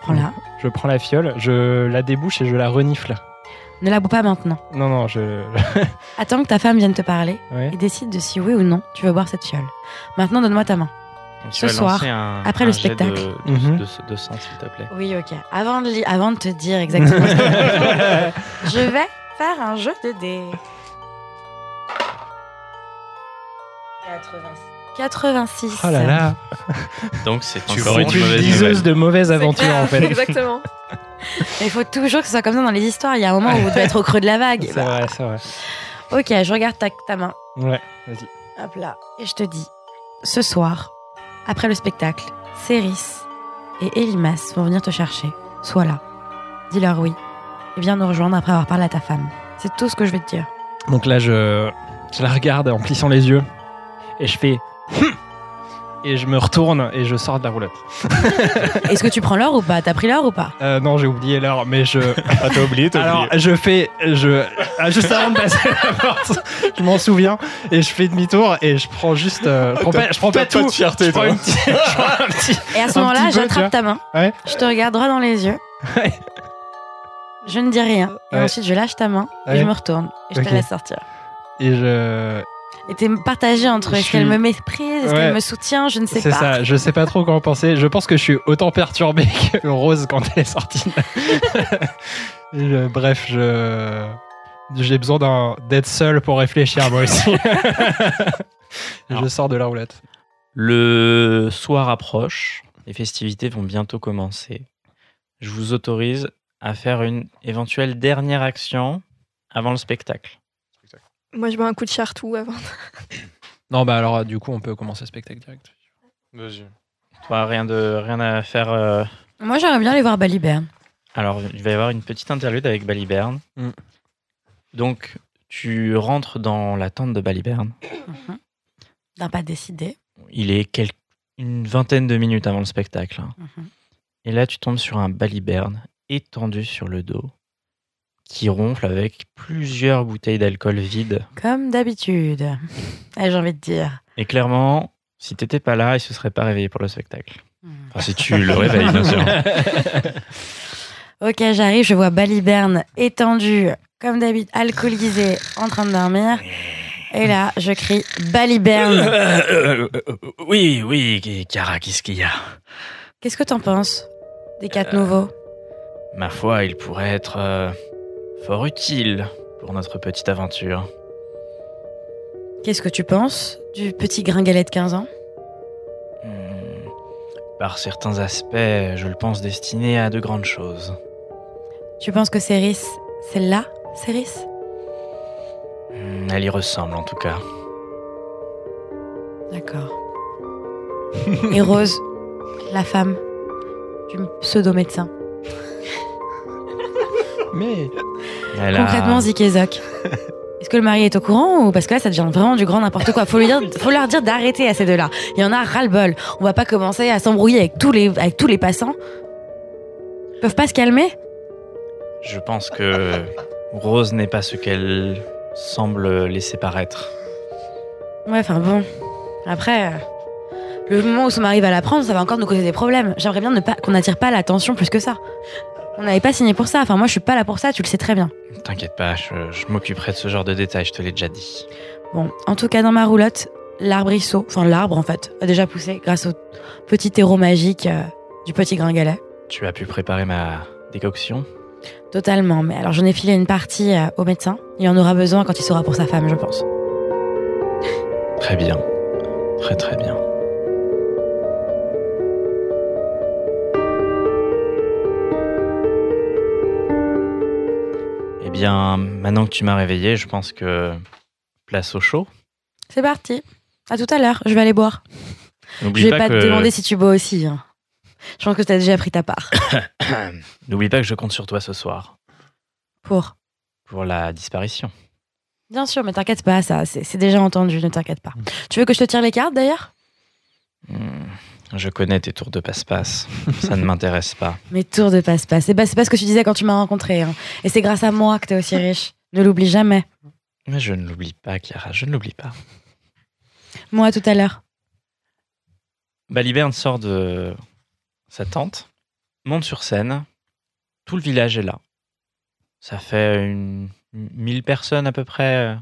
Speaker 2: Prends-la.
Speaker 9: Je prends la fiole, je la débouche et je la renifle.
Speaker 2: Ne la boue pas maintenant.
Speaker 9: Non, non, je.
Speaker 2: Attends que ta femme vienne te parler
Speaker 9: Ouais.
Speaker 2: et décide de si oui ou non tu veux boire cette fiole. Maintenant, donne-moi ta main.
Speaker 3: Donc, tu
Speaker 2: Ce
Speaker 3: vas
Speaker 2: soir,
Speaker 3: lancer un-
Speaker 2: après
Speaker 3: un
Speaker 2: le
Speaker 3: jet de-
Speaker 2: spectacle.
Speaker 3: de-
Speaker 9: Mhm.
Speaker 3: de- de sang, s'il te plaît.
Speaker 2: Oui, ok. Avant de, li- Avant de te dire exactement ce que je
Speaker 9: [LAUGHS]
Speaker 2: veux, je vais faire un jeu de dés. Et à 86.
Speaker 9: Oh là là,
Speaker 3: Donc c'est
Speaker 6: Tu
Speaker 3: encore
Speaker 6: vends
Speaker 3: une
Speaker 6: du
Speaker 3: mauvaise
Speaker 6: liseuse
Speaker 3: nouvelle.
Speaker 9: liseuse de mauvaise aventure
Speaker 5: clair.
Speaker 9: en fait.
Speaker 5: Exactement.
Speaker 2: Mais il faut toujours que ce soit comme ça dans les histoires. Il y a un moment où vous devez être au creux de la vague. Et
Speaker 9: [LAUGHS] C'est
Speaker 2: bah,
Speaker 9: vrai, c'est vrai.
Speaker 2: ok, je regarde ta, ta main.
Speaker 9: Ouais, vas-y.
Speaker 2: Hop là. Et je te dis, ce soir, après le spectacle, Céris et Elimas vont venir te chercher. Sois là. Dis-leur oui. Et viens nous rejoindre après avoir parlé à ta femme. C'est tout ce que je vais te dire.
Speaker 9: Donc là, je, je la regarde en plissant les yeux et je fais. Hum Et je me retourne et je sors de la roulette.
Speaker 2: Est-ce que tu prends l'heure ou pas T'as pris l'heure ou pas
Speaker 9: Euh, non, j'ai oublié l'heure, mais je.
Speaker 10: [LAUGHS] Ah, t'as oublié, t'as
Speaker 9: Alors,
Speaker 10: oublié.
Speaker 9: je fais. Je... ah, Juste avant de passer la porte, je m'en souviens et je fais demi-tour et je prends juste. euh, je prends
Speaker 10: T'as-
Speaker 9: pas, je prends
Speaker 10: t'as
Speaker 9: pas tout.
Speaker 10: de fierté,
Speaker 9: je prends
Speaker 10: toi.
Speaker 9: une petite- je prends un petit.
Speaker 2: Et à ce
Speaker 9: Un
Speaker 2: moment-là,
Speaker 9: petit peu, tu vois.
Speaker 2: j'attrape ta main.
Speaker 9: Ouais.
Speaker 2: Je te regarde droit dans les yeux.
Speaker 9: Ouais.
Speaker 2: Je ne dis rien. Et
Speaker 9: Ouais.
Speaker 2: ensuite, je lâche ta main et
Speaker 9: Ouais.
Speaker 2: je me retourne. Et je
Speaker 9: Ok.
Speaker 2: te laisse sortir.
Speaker 9: Et je.
Speaker 2: Et t'es partagé entre
Speaker 9: Je
Speaker 2: est-ce qu'elle
Speaker 9: suis-
Speaker 2: me méprise, est-ce
Speaker 9: Ouais.
Speaker 2: qu'elle me soutient, je ne sais
Speaker 9: C'est
Speaker 2: pas.
Speaker 9: ça, je sais pas trop quoi en penser. Je pense que je suis autant perturbé [LAUGHS] que Rose quand elle est sortie. [LAUGHS] Je- bref, je j'ai besoin d'un- d'être seul pour réfléchir moi aussi. je
Speaker 3: Alors.
Speaker 9: sors de la roulette.
Speaker 3: Le soir approche, les festivités vont bientôt commencer. Je vous autorise à faire une éventuelle dernière action avant le spectacle.
Speaker 5: Moi, je bois un coup de chartou avant.
Speaker 9: Non, bah alors du coup, on peut commencer le spectacle direct.
Speaker 6: Vas-y.
Speaker 3: Toi, Bah, rien de rien à faire. euh,
Speaker 2: Moi, j'aimerais bien aller voir Baliberne.
Speaker 3: Alors, il va y avoir une petite interlude avec Baliberne.
Speaker 9: Mm.
Speaker 3: Donc, tu rentres dans la tente de Baliberne.
Speaker 2: Mhm. D'un pas décidé.
Speaker 3: Il est quel- une vingtaine de minutes avant le spectacle. hein. Et là, tu tombes sur un Baliberne étendu sur le dos qui ronfle avec plusieurs bouteilles d'alcool vides.
Speaker 2: Comme d'habitude. [LAUGHS] Ah, J'ai envie de dire.
Speaker 3: Et clairement, si t'étais pas là, il se serait pas réveillé pour le spectacle.
Speaker 2: Hmm.
Speaker 3: Enfin, si tu le réveilles, bien sûr.
Speaker 2: Ok, j'arrive, je vois Baliberne étendu, comme d'habitude, alcoolisé, en train de dormir. Et là, je crie
Speaker 3: Euh,
Speaker 2: Baliberne.
Speaker 3: oui, oui, Cara, qu'est-ce qu'il y a
Speaker 2: Qu'est-ce que t'en penses des quatre
Speaker 3: Euh.
Speaker 2: nouveaux
Speaker 3: Ma foi, il pourrait être euh, fort utile pour notre petite aventure.
Speaker 2: Qu'est-ce que tu penses du petit gringalet de 15 ans
Speaker 3: Hmm. Par certains aspects, je le pense destiné à de grandes choses.
Speaker 2: Tu penses que Céris, c'est là, Céris
Speaker 3: Hmm, Elle y ressemble en tout cas.
Speaker 2: D'accord. Et Rose, la femme du pseudo-médecin.
Speaker 9: Mais
Speaker 3: Elle a-
Speaker 2: Concrètement, Zik et
Speaker 3: [LAUGHS]
Speaker 2: Zok. Est-ce que le mari est au courant ou parce que là ça devient vraiment du grand n'importe quoi Faut, lui dire, faut leur dire d'arrêter à ces deux-là. Il y en a ras-le-bol. On va pas commencer à s'embrouiller avec tous les avec tous les passants. Ils peuvent pas se calmer
Speaker 3: Je pense que Rose n'est pas ce qu'elle semble laisser paraître.
Speaker 2: Ouais, enfin bon. Après, euh, le moment où son mari va la prendre, ça va encore nous causer des problèmes. J'aimerais bien ne pas qu'on n'attire pas l'attention plus que ça. On n'avait pas signé pour ça. Enfin, moi, je suis pas là pour ça. Tu le sais très bien.
Speaker 3: T'inquiète pas, je, je m'occuperai de ce genre de détails, je te l'ai déjà dit.
Speaker 2: Bon, en tout cas, dans ma roulotte, l'arbrisseau, enfin l'arbre en fait, a déjà poussé grâce au petit terreau magique euh, du petit gringalet.
Speaker 3: Tu as pu préparer ma décoction
Speaker 2: Totalement. Mais alors, j'en ai filé une partie euh, au médecin. Il en aura besoin quand il sera pour sa femme, je pense.
Speaker 3: Très bien. Très très bien. Eh bien, maintenant que tu m'as réveillé, je pense que place au chaud.
Speaker 2: C'est parti. À tout à l'heure. Je vais aller boire. Je
Speaker 3: N'oublie
Speaker 2: vais
Speaker 3: pas,
Speaker 2: pas,
Speaker 3: que...
Speaker 2: te demander si tu bois aussi. hein. Je pense que t'as déjà pris ta
Speaker 3: [COUGHS]
Speaker 2: part.
Speaker 3: N'oublie pas que je compte sur toi ce soir
Speaker 2: Pour.
Speaker 3: pour la disparition.
Speaker 2: Bien sûr, mais t'inquiète pas, ça, c'est c'est déjà entendu, ne t'inquiète pas. Tu veux que je te tire les cartes d'ailleurs
Speaker 3: Hmm, Je connais tes tours de passe-passe. Ça ne m'intéresse pas.
Speaker 2: Mes tours de passe-passe. C'est pas, c'est pas ce que tu disais quand tu m'as rencontré. hein. Et c'est grâce à moi que t'es [LAUGHS] aussi riche. Ne l'oublie jamais.
Speaker 3: Mais je ne l'oublie pas, Clara. Je ne l'oublie pas.
Speaker 2: Moi, à tout à l'heure.
Speaker 3: Baliberne Bah, sort de sa tente, monte sur scène. Tout le village est là. Ça fait une mille personnes à peu près.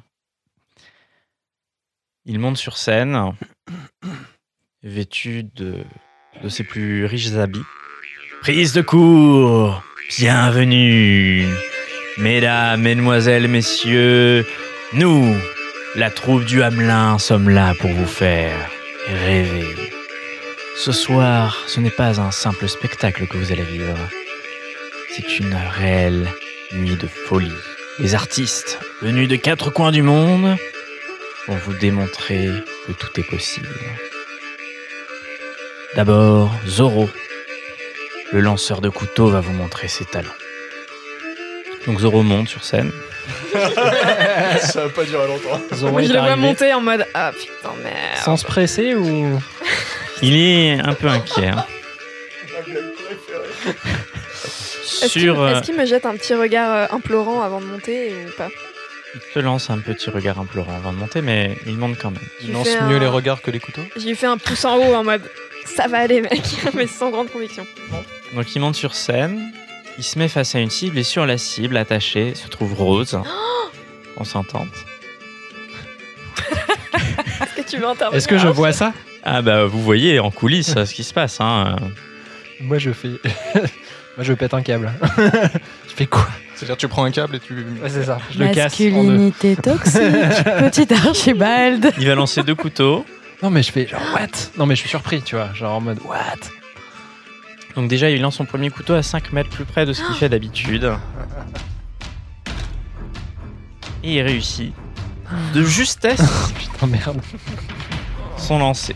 Speaker 3: Il monte sur scène, vêtu de, de ses plus riches habits. Prise de cours Bienvenue Mesdames, Mesdemoiselles, Messieurs, nous, La troupe du Hamelin sommes là pour vous faire rêver. Ce soir, ce n'est pas un simple spectacle que vous allez vivre. C'est une réelle nuit de folie. Les artistes, venus de quatre coins du monde, vont vous démontrer que tout est possible. D'abord, Zoro, le lanceur de couteaux, va vous montrer ses talents. Donc Zoro monte sur scène.
Speaker 11: Ça va pas durer longtemps.
Speaker 9: Zoro
Speaker 5: Moi, je
Speaker 9: est
Speaker 5: le vois
Speaker 9: arrivé
Speaker 5: monter en mode Ah putain, merde.
Speaker 9: sans se presser ou
Speaker 3: Il est un peu inquiet. hein.
Speaker 5: Est-ce qu'il
Speaker 3: Sur,
Speaker 9: euh,
Speaker 3: euh,
Speaker 5: est-ce qu'il me jette un petit regard euh, implorant avant de monter ou pas
Speaker 3: Il te lance un petit regard implorant avant de monter, mais il monte quand même.
Speaker 5: Je
Speaker 6: Il
Speaker 5: lui
Speaker 6: lance
Speaker 5: fais un-
Speaker 6: mieux les regards que les couteaux
Speaker 5: Je lui fais un pouce en haut en mode Ça va aller, mec, [LAUGHS] mais sans grande conviction.
Speaker 3: Donc il monte sur scène, il se met face à une cible et sur la cible attachée se trouve Rose. On s'entend.
Speaker 5: Est-ce que tu veux intervenir
Speaker 9: est-ce que je vois ça
Speaker 3: Ah bah vous voyez en [LAUGHS] coulisses euh, ce qui se passe. Hein. euh.
Speaker 9: Moi je fais [LAUGHS] Moi je pète un câble. [LAUGHS] je fais quoi
Speaker 6: C'est-à-dire, tu prends un câble et tu.
Speaker 9: Ouais, c'est ça, je le casse en deux. [LAUGHS]
Speaker 2: Masculinité toxique, petit Archibald.
Speaker 3: Il va lancer deux couteaux.
Speaker 9: Non mais je fais genre what Non mais je suis surpris, tu vois, genre en mode what
Speaker 3: Donc déjà il lance son premier couteau à 5 mètres plus près de ce qu'il fait d'habitude. Et il réussit de [LAUGHS] justesse
Speaker 9: Putain merde.
Speaker 3: son lancer.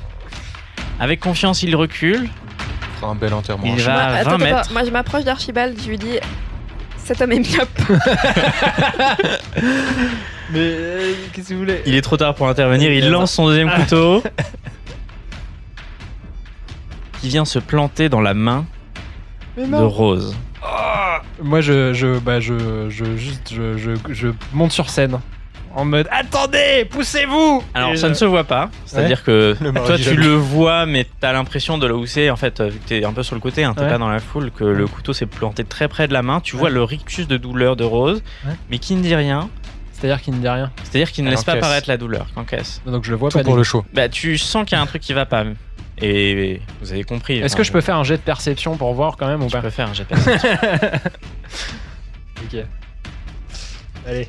Speaker 3: Avec confiance il recule,
Speaker 6: Tu feras un bel enterrement.
Speaker 3: il
Speaker 9: Ah,
Speaker 3: va
Speaker 5: Moi,
Speaker 3: à
Speaker 5: attends,
Speaker 3: 20
Speaker 5: attends,
Speaker 3: mètres.
Speaker 5: moi je m'approche d'Archibald, je lui dis Cet homme est myope.
Speaker 9: Mais euh, qu'est-ce que vous voulez
Speaker 3: Il est trop tard pour intervenir, il lance son deuxième
Speaker 9: Ah. [LAUGHS]
Speaker 3: couteau. qui vient se planter dans la main
Speaker 9: Mais
Speaker 3: de Rose.
Speaker 9: Moi je je bah je je juste je, je, je monte sur scène en mode attendez, poussez-vous.
Speaker 3: Alors
Speaker 9: Et
Speaker 3: ça
Speaker 9: je-
Speaker 3: ne se voit pas, c'est-à-dire que
Speaker 6: Le mardi
Speaker 3: toi tu
Speaker 6: jamais.
Speaker 3: le vois mais t'as l'impression de là où c'est en fait, euh, vu que t'es un peu sur le côté, hein, t'es
Speaker 9: Ouais.
Speaker 3: pas dans la foule, que le couteau s'est planté très près de la main, tu vois le rictus de douleur de Rose,
Speaker 9: Ouais.
Speaker 3: mais qui ne dit rien,
Speaker 9: C'est-à-dire qu'il ne dit rien.
Speaker 3: c'est-à-dire qu'il ne
Speaker 6: Elle
Speaker 3: laisse pas
Speaker 6: encaisse.
Speaker 3: apparaître la douleur qu'encaisse.
Speaker 9: Donc je le vois
Speaker 6: Tout
Speaker 9: pas.
Speaker 6: pour
Speaker 9: du
Speaker 6: le show.
Speaker 3: Bah tu sens qu'il y a un truc qui va pas, et, et vous avez compris.
Speaker 9: tout. Est-ce
Speaker 3: enfin,
Speaker 9: que je peux faire un jet de perception pour voir quand même ou
Speaker 3: tu
Speaker 9: pas
Speaker 3: peux faire hein, un jet de
Speaker 9: Ok. Allez.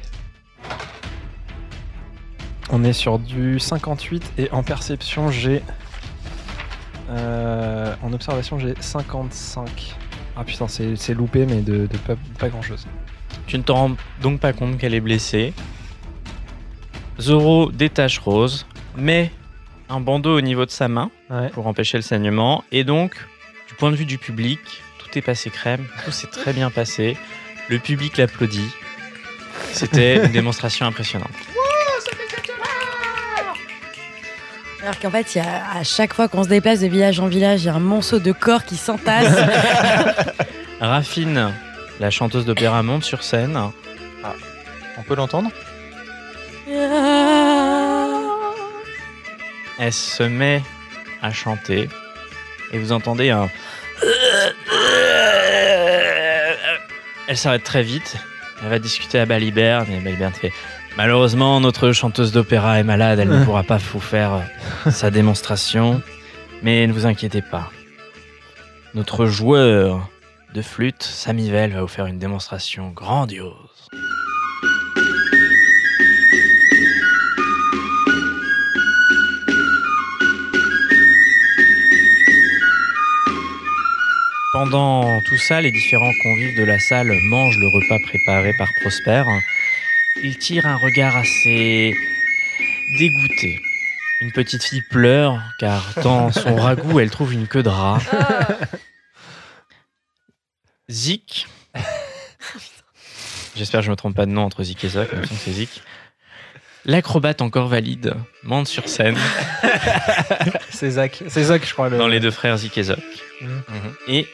Speaker 9: On est sur du 58 et en perception j'ai. euh, en observation j'ai 55. Ah putain, c'est c'est loupé mais de, de pas, pas grand chose.
Speaker 3: Tu ne t'en rends donc pas compte qu'elle est blessée. Zoro détache Rose, met un bandeau au niveau de sa main
Speaker 9: Ouais.
Speaker 3: pour empêcher le saignement. Et donc, du point de vue du public, tout est passé crème, tout s'est très bien passé. Le public l'applaudit. C'était une démonstration impressionnante.
Speaker 2: Alors qu'en fait, il y a, à chaque fois qu'on se déplace de village en village, il y a un monceau de corps qui [LAUGHS] s'entassent.
Speaker 3: Raffine, la chanteuse d'opéra, monte sur scène.
Speaker 6: On peut l'entendre
Speaker 3: Elle se met à chanter. Et vous entendez un... Elle s'arrête très vite. Elle va discuter à Baliberne. Et Baliberne fait Malheureusement, notre chanteuse d'opéra est malade. Elle ne pourra pas vous faire euh, sa démonstration. Mais ne vous inquiétez pas. Notre joueur de flûte, Samivel, va vous faire une démonstration grandiose. Pendant tout ça, les différents convives de la salle mangent le repas préparé par Prosper. Ils tirent un regard assez dégoûté. Une petite fille pleure car dans son ragoût, elle trouve une queue de rat.
Speaker 5: Ah.
Speaker 3: Zik. J'espère que je me trompe pas de nom entre Zik et Zok, mais il me semble que c'est Zik. L'acrobate encore valide monte sur scène
Speaker 9: [LAUGHS] C'est Zach. C'est Zach, je crois. Le...
Speaker 3: dans les deux frères Zik et Zok.
Speaker 9: Mhm.
Speaker 3: Et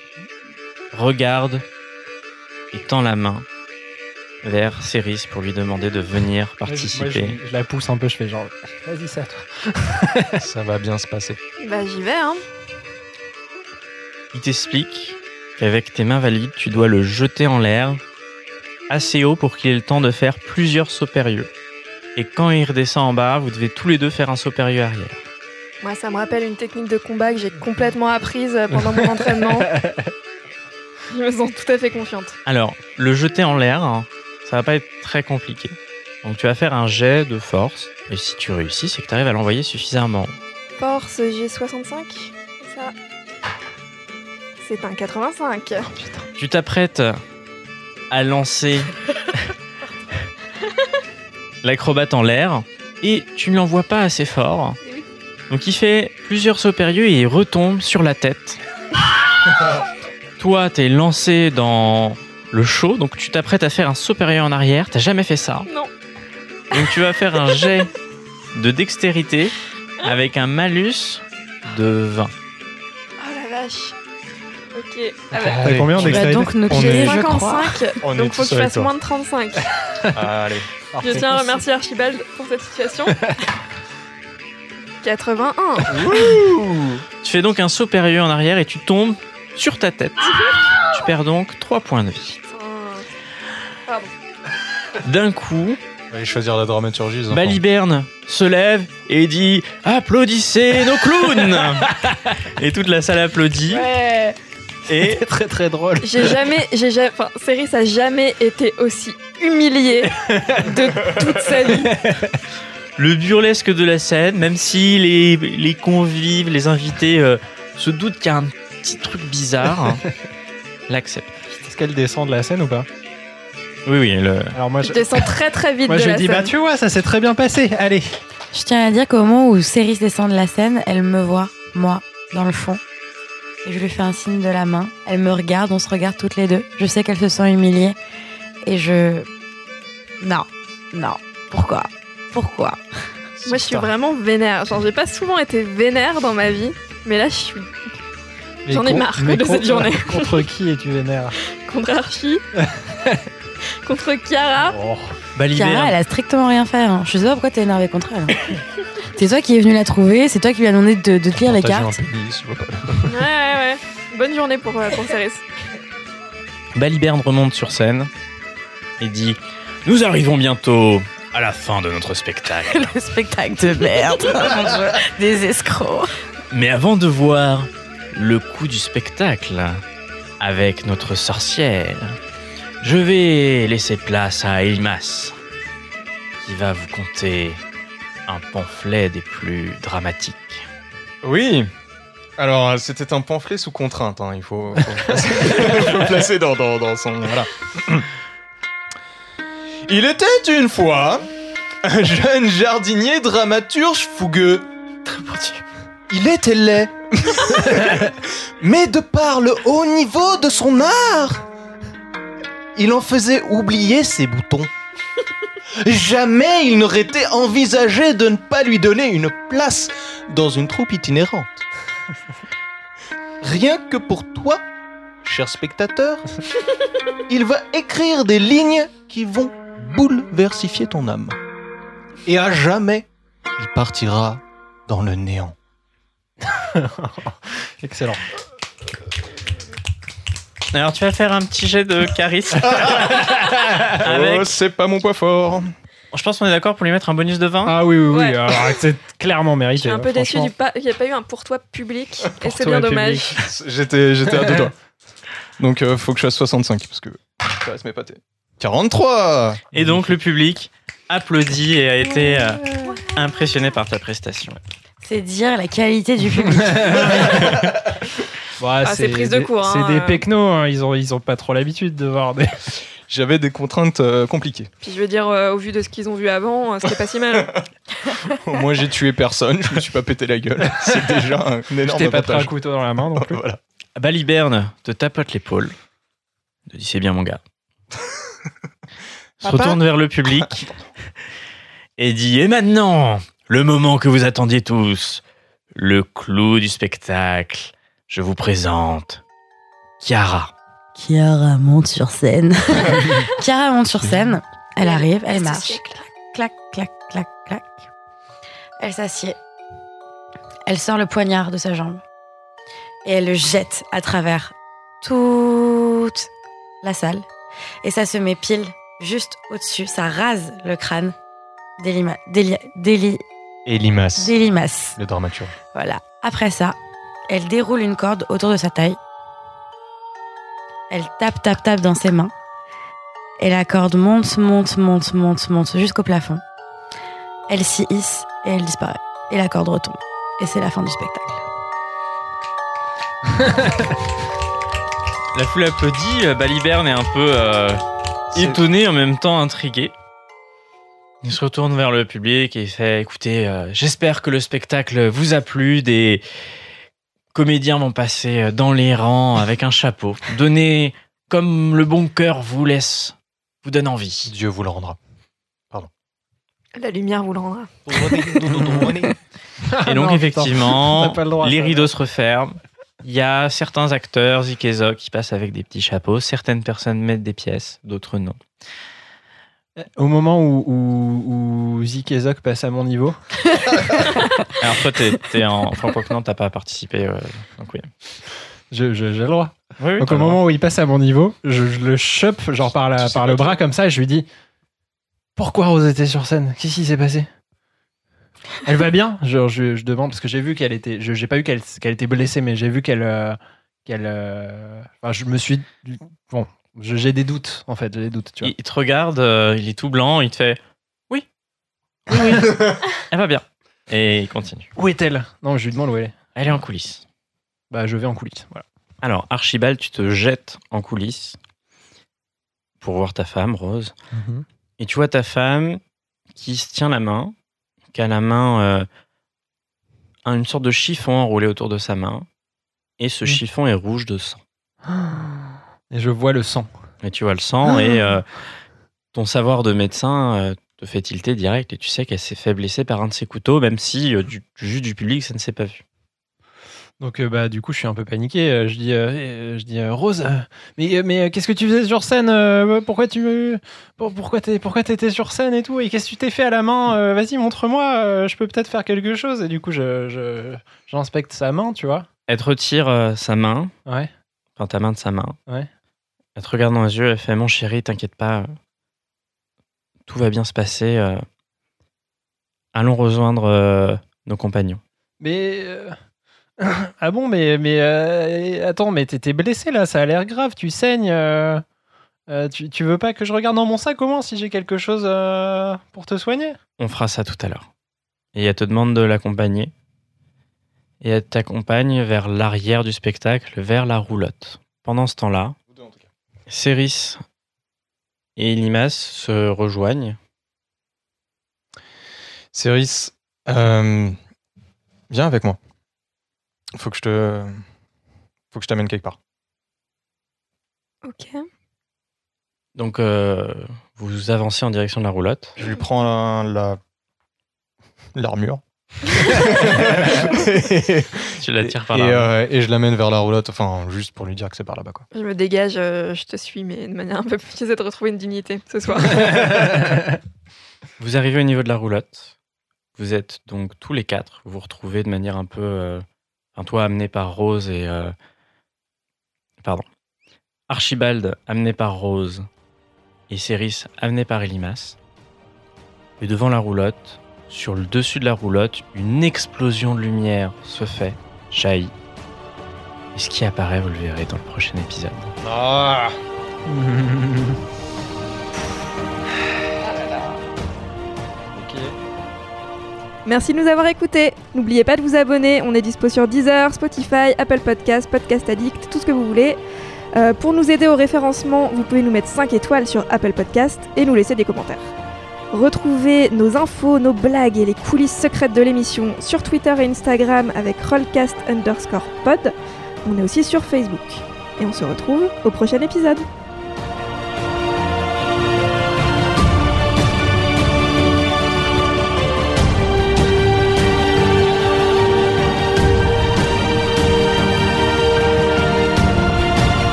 Speaker 3: regarde et tend la main vers Céris pour lui demander de venir
Speaker 9: Moi, je- moi,
Speaker 3: participer.
Speaker 9: je, je la pousse un peu, je fais genre. Vas-y, c'est à toi.
Speaker 6: Ça va bien se passer.
Speaker 5: [LAUGHS] Bah j'y vais, hein.
Speaker 3: Il t'explique qu'avec tes mains valides, tu dois le jeter en l'air assez haut pour qu'il ait le temps de faire plusieurs sauts périlleux. Et quand il redescend en bas, vous devez tous les deux faire un saut périlleux arrière.
Speaker 5: Moi ça me rappelle une technique de combat que j'ai complètement apprise euh, pendant mon [LAUGHS] entraînement. Je me sens tout à fait confiante.
Speaker 3: Alors, le jeter en l'air, hein, ça va pas être très compliqué. Donc tu vas faire un jet de force. Et si tu réussis, c'est que tu arrives à l'envoyer suffisamment.
Speaker 5: Force, j'ai 65. Ça. C'est un 85.
Speaker 3: Tu t'apprêtes à lancer l'acrobate en l'air et tu ne l'envoies pas assez fort. Donc il fait plusieurs sauts périlleux et il retombe sur la tête. Toi, t'es lancé dans le show, donc tu t'apprêtes à faire un saut périlleux en arrière. T'as jamais fait ça.
Speaker 5: Non.
Speaker 3: Donc tu vas faire un jet de dextérité avec un malus de 20.
Speaker 5: Oh la vache. Ok. Ah bah,
Speaker 10: T'as combien en
Speaker 2: Tu vas
Speaker 10: dextérité
Speaker 2: donc nous
Speaker 10: On
Speaker 2: quitter,
Speaker 10: est-
Speaker 2: je crois.
Speaker 5: 55.
Speaker 10: On
Speaker 5: Donc faut que
Speaker 10: tous
Speaker 5: je
Speaker 10: avec
Speaker 5: fasse
Speaker 10: toi.
Speaker 5: moins de 35.
Speaker 10: [LAUGHS] Allez.
Speaker 5: Je tiens à remercier Archibald pour
Speaker 10: [LAUGHS]
Speaker 5: cette situation. 81.
Speaker 3: Tu fais donc un saut périlleux en arrière et tu tombes sur ta tête.
Speaker 5: Ah
Speaker 3: Tu perds donc 3 points de vie.
Speaker 5: Putain.
Speaker 3: D'un coup,
Speaker 6: Allez choisir la dramaturgie. les enfants.
Speaker 3: Baliberne se lève et dit Applaudissez nos clowns Et toute la salle applaudit. Et
Speaker 9: Très très drôle.
Speaker 5: J'ai jamais, j'ai jamais, enfin, Céris a jamais été aussi humilié de toute sa vie.
Speaker 3: le burlesque de la scène, même si les, les convives, les invités euh, se doutent qu'il y a un petit truc bizarre, hein, l'accepte.
Speaker 9: Est-ce qu'elle descend de la scène ou pas
Speaker 3: Oui, oui, le,
Speaker 9: Alors moi
Speaker 5: Je
Speaker 9: je.
Speaker 5: descends très très vite
Speaker 9: Moi
Speaker 5: de
Speaker 9: je
Speaker 5: la
Speaker 9: dis bah
Speaker 5: scène.
Speaker 9: tu vois ça s'est très bien passé allez
Speaker 2: Je tiens à dire qu'au moment où Céris descend de la scène, elle me voit, moi, dans le fond. Et je lui fais un signe de la main. Elle me regarde, on se regarde toutes les deux. Je sais qu'elle se sent humiliée. Et je. Non, non. Pourquoi Pourquoi
Speaker 5: Moi je suis vraiment vénère. Genre j'ai pas souvent été vénère dans ma vie, mais là je suis J'en ai
Speaker 9: Mais con-
Speaker 5: marre,
Speaker 9: mais
Speaker 5: de cette
Speaker 9: contre-
Speaker 5: journée.
Speaker 9: [LAUGHS] contre qui es-tu vénère
Speaker 5: contre
Speaker 9: [LAUGHS]
Speaker 5: Archie, contre Chiara.
Speaker 9: Oh.
Speaker 2: Chiara, elle a strictement rien fait. hein. Je sais pas pourquoi t'es énervée contre elle. hein. c'est toi qui es venu la trouver, c'est toi qui lui as demandé de, de te lire les
Speaker 6: Partager
Speaker 2: cartes.
Speaker 6: un pénis, je vois pas.
Speaker 5: Ouais ouais ouais. Bonne journée pour euh, pour Céris.
Speaker 3: Baliberne remonte sur scène et dit Nous arrivons bientôt à la fin de notre spectacle.
Speaker 2: [LAUGHS] Le spectacle de merde. Des escrocs.
Speaker 3: Mais avant de voir le coup du spectacle avec notre sorcière, je vais laisser place à Elimas qui va vous conter un pamphlet des plus dramatiques.
Speaker 6: Oui. Alors, euh, c'était un pamphlet sous contrainte. hein, Il faut, faut le placer, faut le placer dans, dans- dans son. Voilà. Il était une fois un jeune jardinier dramaturge fougueux. Il était laid. Mais de par le haut niveau de son art, il en faisait oublier ses boutons. Jamais il n'aurait été envisagé de ne pas lui donner une place dans une troupe itinérante. Rien que pour toi, cher spectateur, il va écrire des lignes qui vont bouleversifier ton âme. Et à jamais, il partira dans le néant.
Speaker 9: excellent
Speaker 3: Alors tu vas faire un petit jet de [LAUGHS] charisme. Avec-
Speaker 6: Oh, c'est pas mon poids fort.
Speaker 3: je pense qu'on est d'accord pour lui mettre un bonus de 20.
Speaker 9: ah oui oui oui
Speaker 5: Hein Ouais.
Speaker 9: alors c'est clairement
Speaker 5: Je
Speaker 9: mérité hein,
Speaker 5: suis un peu déçue
Speaker 9: franchement.
Speaker 5: du pas- qu'il n'y a pas eu un pour toi
Speaker 9: [LAUGHS]
Speaker 5: public et c'est
Speaker 9: toi
Speaker 5: bien dommage.
Speaker 6: J'étais, j'étais à deux doigts. Donc euh, faut que je fasse 65 parce que ça reste mes pâtés. 43
Speaker 3: Et donc le public applaudit et a été
Speaker 9: Ah.
Speaker 3: euh, impressionné par ta prestation.
Speaker 2: C'est dire la qualité du public.
Speaker 9: Ouais,
Speaker 5: Ah, c'est prise de
Speaker 9: des-
Speaker 5: cours,
Speaker 9: Bah, c'est
Speaker 5: hein,
Speaker 9: des
Speaker 5: euh.
Speaker 9: pecnos hein, ils ont ils ont pas trop l'habitude de voir des
Speaker 6: J'avais des contraintes euh, compliquées.
Speaker 5: Puis je veux dire euh, au vu de ce qu'ils ont vu avant, euh, c'était pas si mal.
Speaker 6: Au moins j'ai tué personne, je me suis pas pété la gueule. C'est déjà un
Speaker 9: [LAUGHS]
Speaker 6: énorme
Speaker 9: t'es pas pris un
Speaker 6: avantage.
Speaker 9: couteau dans la main donc
Speaker 6: Voilà.
Speaker 3: Baliberne te tapote l'épaule. Te dit c'est bien mon gars. Se retourne vers le public et dit et maintenant le moment que vous attendiez tous, le clou du spectacle. Je vous présente Chiara.
Speaker 2: Chiara monte sur scène. [LAUGHS] Chiara monte sur scène. Elle arrive,
Speaker 5: Qu'est-ce
Speaker 2: elle
Speaker 5: que
Speaker 2: marche.
Speaker 5: c'est que là
Speaker 2: Clac, clac, clac, clac. Elle s'assied. Elle sort le poignard de sa jambe. Et elle le jette à travers toute la salle. Et ça se met pile juste au-dessus. Ça rase le crâne d'Elima- d'Elia- d'Eli-
Speaker 6: Et Limas,
Speaker 2: d'Elimas.
Speaker 6: le dramaturge.
Speaker 2: Voilà. Après ça, elle déroule une corde autour de sa taille. Elle tape, tape, tape dans ses mains. Et la corde monte, monte, monte, monte, monte jusqu'au plafond. Elle s'y hisse et elle disparaît. Et la corde retombe. Et c'est la fin du spectacle.
Speaker 3: La foule applaudit, euh, Baliberne est un peu euh,
Speaker 6: C'est-
Speaker 3: étonné en même temps intrigué. Il se retourne vers le public et fait écoutez, euh, j'espère que le spectacle vous a plu, des comédiens vont passer euh, dans les rangs avec un chapeau. Donnez comme le bon cœur vous laisse, vous donne
Speaker 9: [LAUGHS]
Speaker 3: envie.
Speaker 6: Dieu vous le rendra.
Speaker 5: La lumière hein. vous le rendra.
Speaker 3: Et donc
Speaker 9: non,
Speaker 3: effectivement,
Speaker 9: putain. T'as pas le droit,
Speaker 3: les
Speaker 9: ça.
Speaker 3: rideaux se referment. Il y a certains acteurs, Zik et Zok, qui passent avec des petits chapeaux. Certaines personnes mettent des pièces, d'autres non.
Speaker 9: Au moment où, où, où Zik et Zok passent à mon niveau,
Speaker 3: Alors toi, t'es, t'es en... Enfin, quoi que non, t'as pas participé. euh, Donc oui.
Speaker 9: je- je- j'ai le droit.
Speaker 3: Oui, oui,
Speaker 9: Donc
Speaker 3: t'as
Speaker 9: au
Speaker 3: le
Speaker 9: moment où il passe à mon niveau, je, je le chope, genre par, la-
Speaker 6: Tu sais
Speaker 9: par
Speaker 6: pas
Speaker 9: le
Speaker 6: tout.
Speaker 9: bras comme ça, et je lui dis Pourquoi Rose était sur scène Qu'est-ce qui s'est passé Elle va bien Genre, je, je demande, parce que j'ai vu qu'elle était. je- J'ai pas vu qu'elle qu'elle était blessée, mais j'ai vu qu'elle. euh, qu'elle euh, enfin, je me suis. Bon, je- j'ai des doutes, en fait, j'ai des doutes, tu
Speaker 3: droit.
Speaker 9: vois.
Speaker 3: Il, il te regarde, euh, il est tout blanc, il te fait Oui, oui, oui,
Speaker 9: [LAUGHS]
Speaker 3: elle va bien. Et il continue.
Speaker 9: Où est-elle Non, je lui demande où elle est.
Speaker 3: Elle est en coulisses.
Speaker 9: Bah, je vais en coulisses. Voilà.
Speaker 3: Alors, Archibald, tu te jettes en coulisses pour voir ta femme, Rose.
Speaker 6: Mhm.
Speaker 3: Et tu vois ta femme qui se tient la main, qui a la main, euh, un- une sorte de chiffon enroulé autour de sa main. Et ce
Speaker 9: Mm.
Speaker 3: chiffon est rouge de sang.
Speaker 9: Et je vois le sang.
Speaker 3: Et tu vois le sang et euh, ton savoir de médecin euh, te fait tilter direct et tu sais qu'elle s'est fait blesser par un de ses couteaux, même si euh, du, du juste du public ça ne s'est pas vu.
Speaker 9: Donc euh, bah du coup je suis un peu paniqué. Euh, je dis euh, euh, je dis euh, Rose, euh, mais euh, mais euh, qu'est-ce que tu faisais sur scène Euh, Pourquoi tu me pour- pourquoi t'es pourquoi t'étais sur scène et tout Et qu'est-ce que tu t'es fait à la main Euh, Vas-y montre-moi. euh, je peux peut-être faire quelque chose. Et du coup je je- j'inspecte sa main, tu vois.
Speaker 3: Elle te retire euh, sa main,
Speaker 9: Ouais.
Speaker 3: enfin ta main de sa main.
Speaker 9: Ouais.
Speaker 3: Elle te regarde dans les yeux, elle fait Mon chéri, t'inquiète pas, euh, tout va bien se passer. euh, allons rejoindre euh, nos compagnons.
Speaker 9: Mais euh, [COUGHS] ah bon mais mais euh, attends mais t'étais blessé là. Ça a l'air grave. Tu saignes. euh, euh, tu, tu veux pas que je regarde dans mon sac au moins si j'ai quelque chose euh, pour te soigner
Speaker 3: On fera ça tout à l'heure. Et elle te demande de l'accompagner. Et elle t'accompagne vers l'arrière du spectacle, vers la roulotte. Pendant ce temps-là, Céris et Limas se rejoignent.
Speaker 6: Céris, euh, viens avec moi. Faut que je te. Faut que je t'amène quelque part.
Speaker 5: Ok.
Speaker 3: Donc, euh, vous avancez en direction de la roulotte.
Speaker 6: Je lui prends la. la-
Speaker 3: [LAUGHS]
Speaker 6: l'armure.
Speaker 3: Tu la tires par
Speaker 6: et,
Speaker 3: là.
Speaker 6: euh, et je l'amène vers la roulotte, enfin, juste pour lui dire que c'est par là-bas, quoi.
Speaker 5: Je me dégage, euh, je te suis, mais de manière un peu plus. J'essaie de retrouver une dignité ce
Speaker 9: [LAUGHS]
Speaker 5: soir.
Speaker 3: Vous arrivez au niveau de la roulotte. Vous êtes donc tous les quatre. Vous vous retrouvez de manière un peu. euh, Enfin, toi amené par Rose et. euh, Pardon. Archibald amené par Rose et Céris amené par Elimas. Et devant la roulotte, sur le dessus de la roulotte, une explosion de lumière se fait, jaillit. Et ce qui apparaît, vous le verrez dans le prochain épisode.
Speaker 5: Merci de nous avoir écoutés. N'oubliez pas de vous abonner. On est dispo sur Deezer, Spotify, Apple Podcast, Podcast Addict, tout ce que vous voulez. Euh, pour nous aider au référencement, vous pouvez nous mettre 5 étoiles sur Apple Podcast et nous laisser des commentaires. Retrouvez nos infos, nos blagues et les coulisses secrètes de l'émission sur Twitter et Instagram avec rollcast underscore pod. On est aussi sur Facebook. Et on se retrouve au prochain épisode.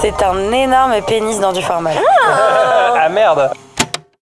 Speaker 2: C'est un énorme pénis dans du formal.
Speaker 1: [LAUGHS] Ah merde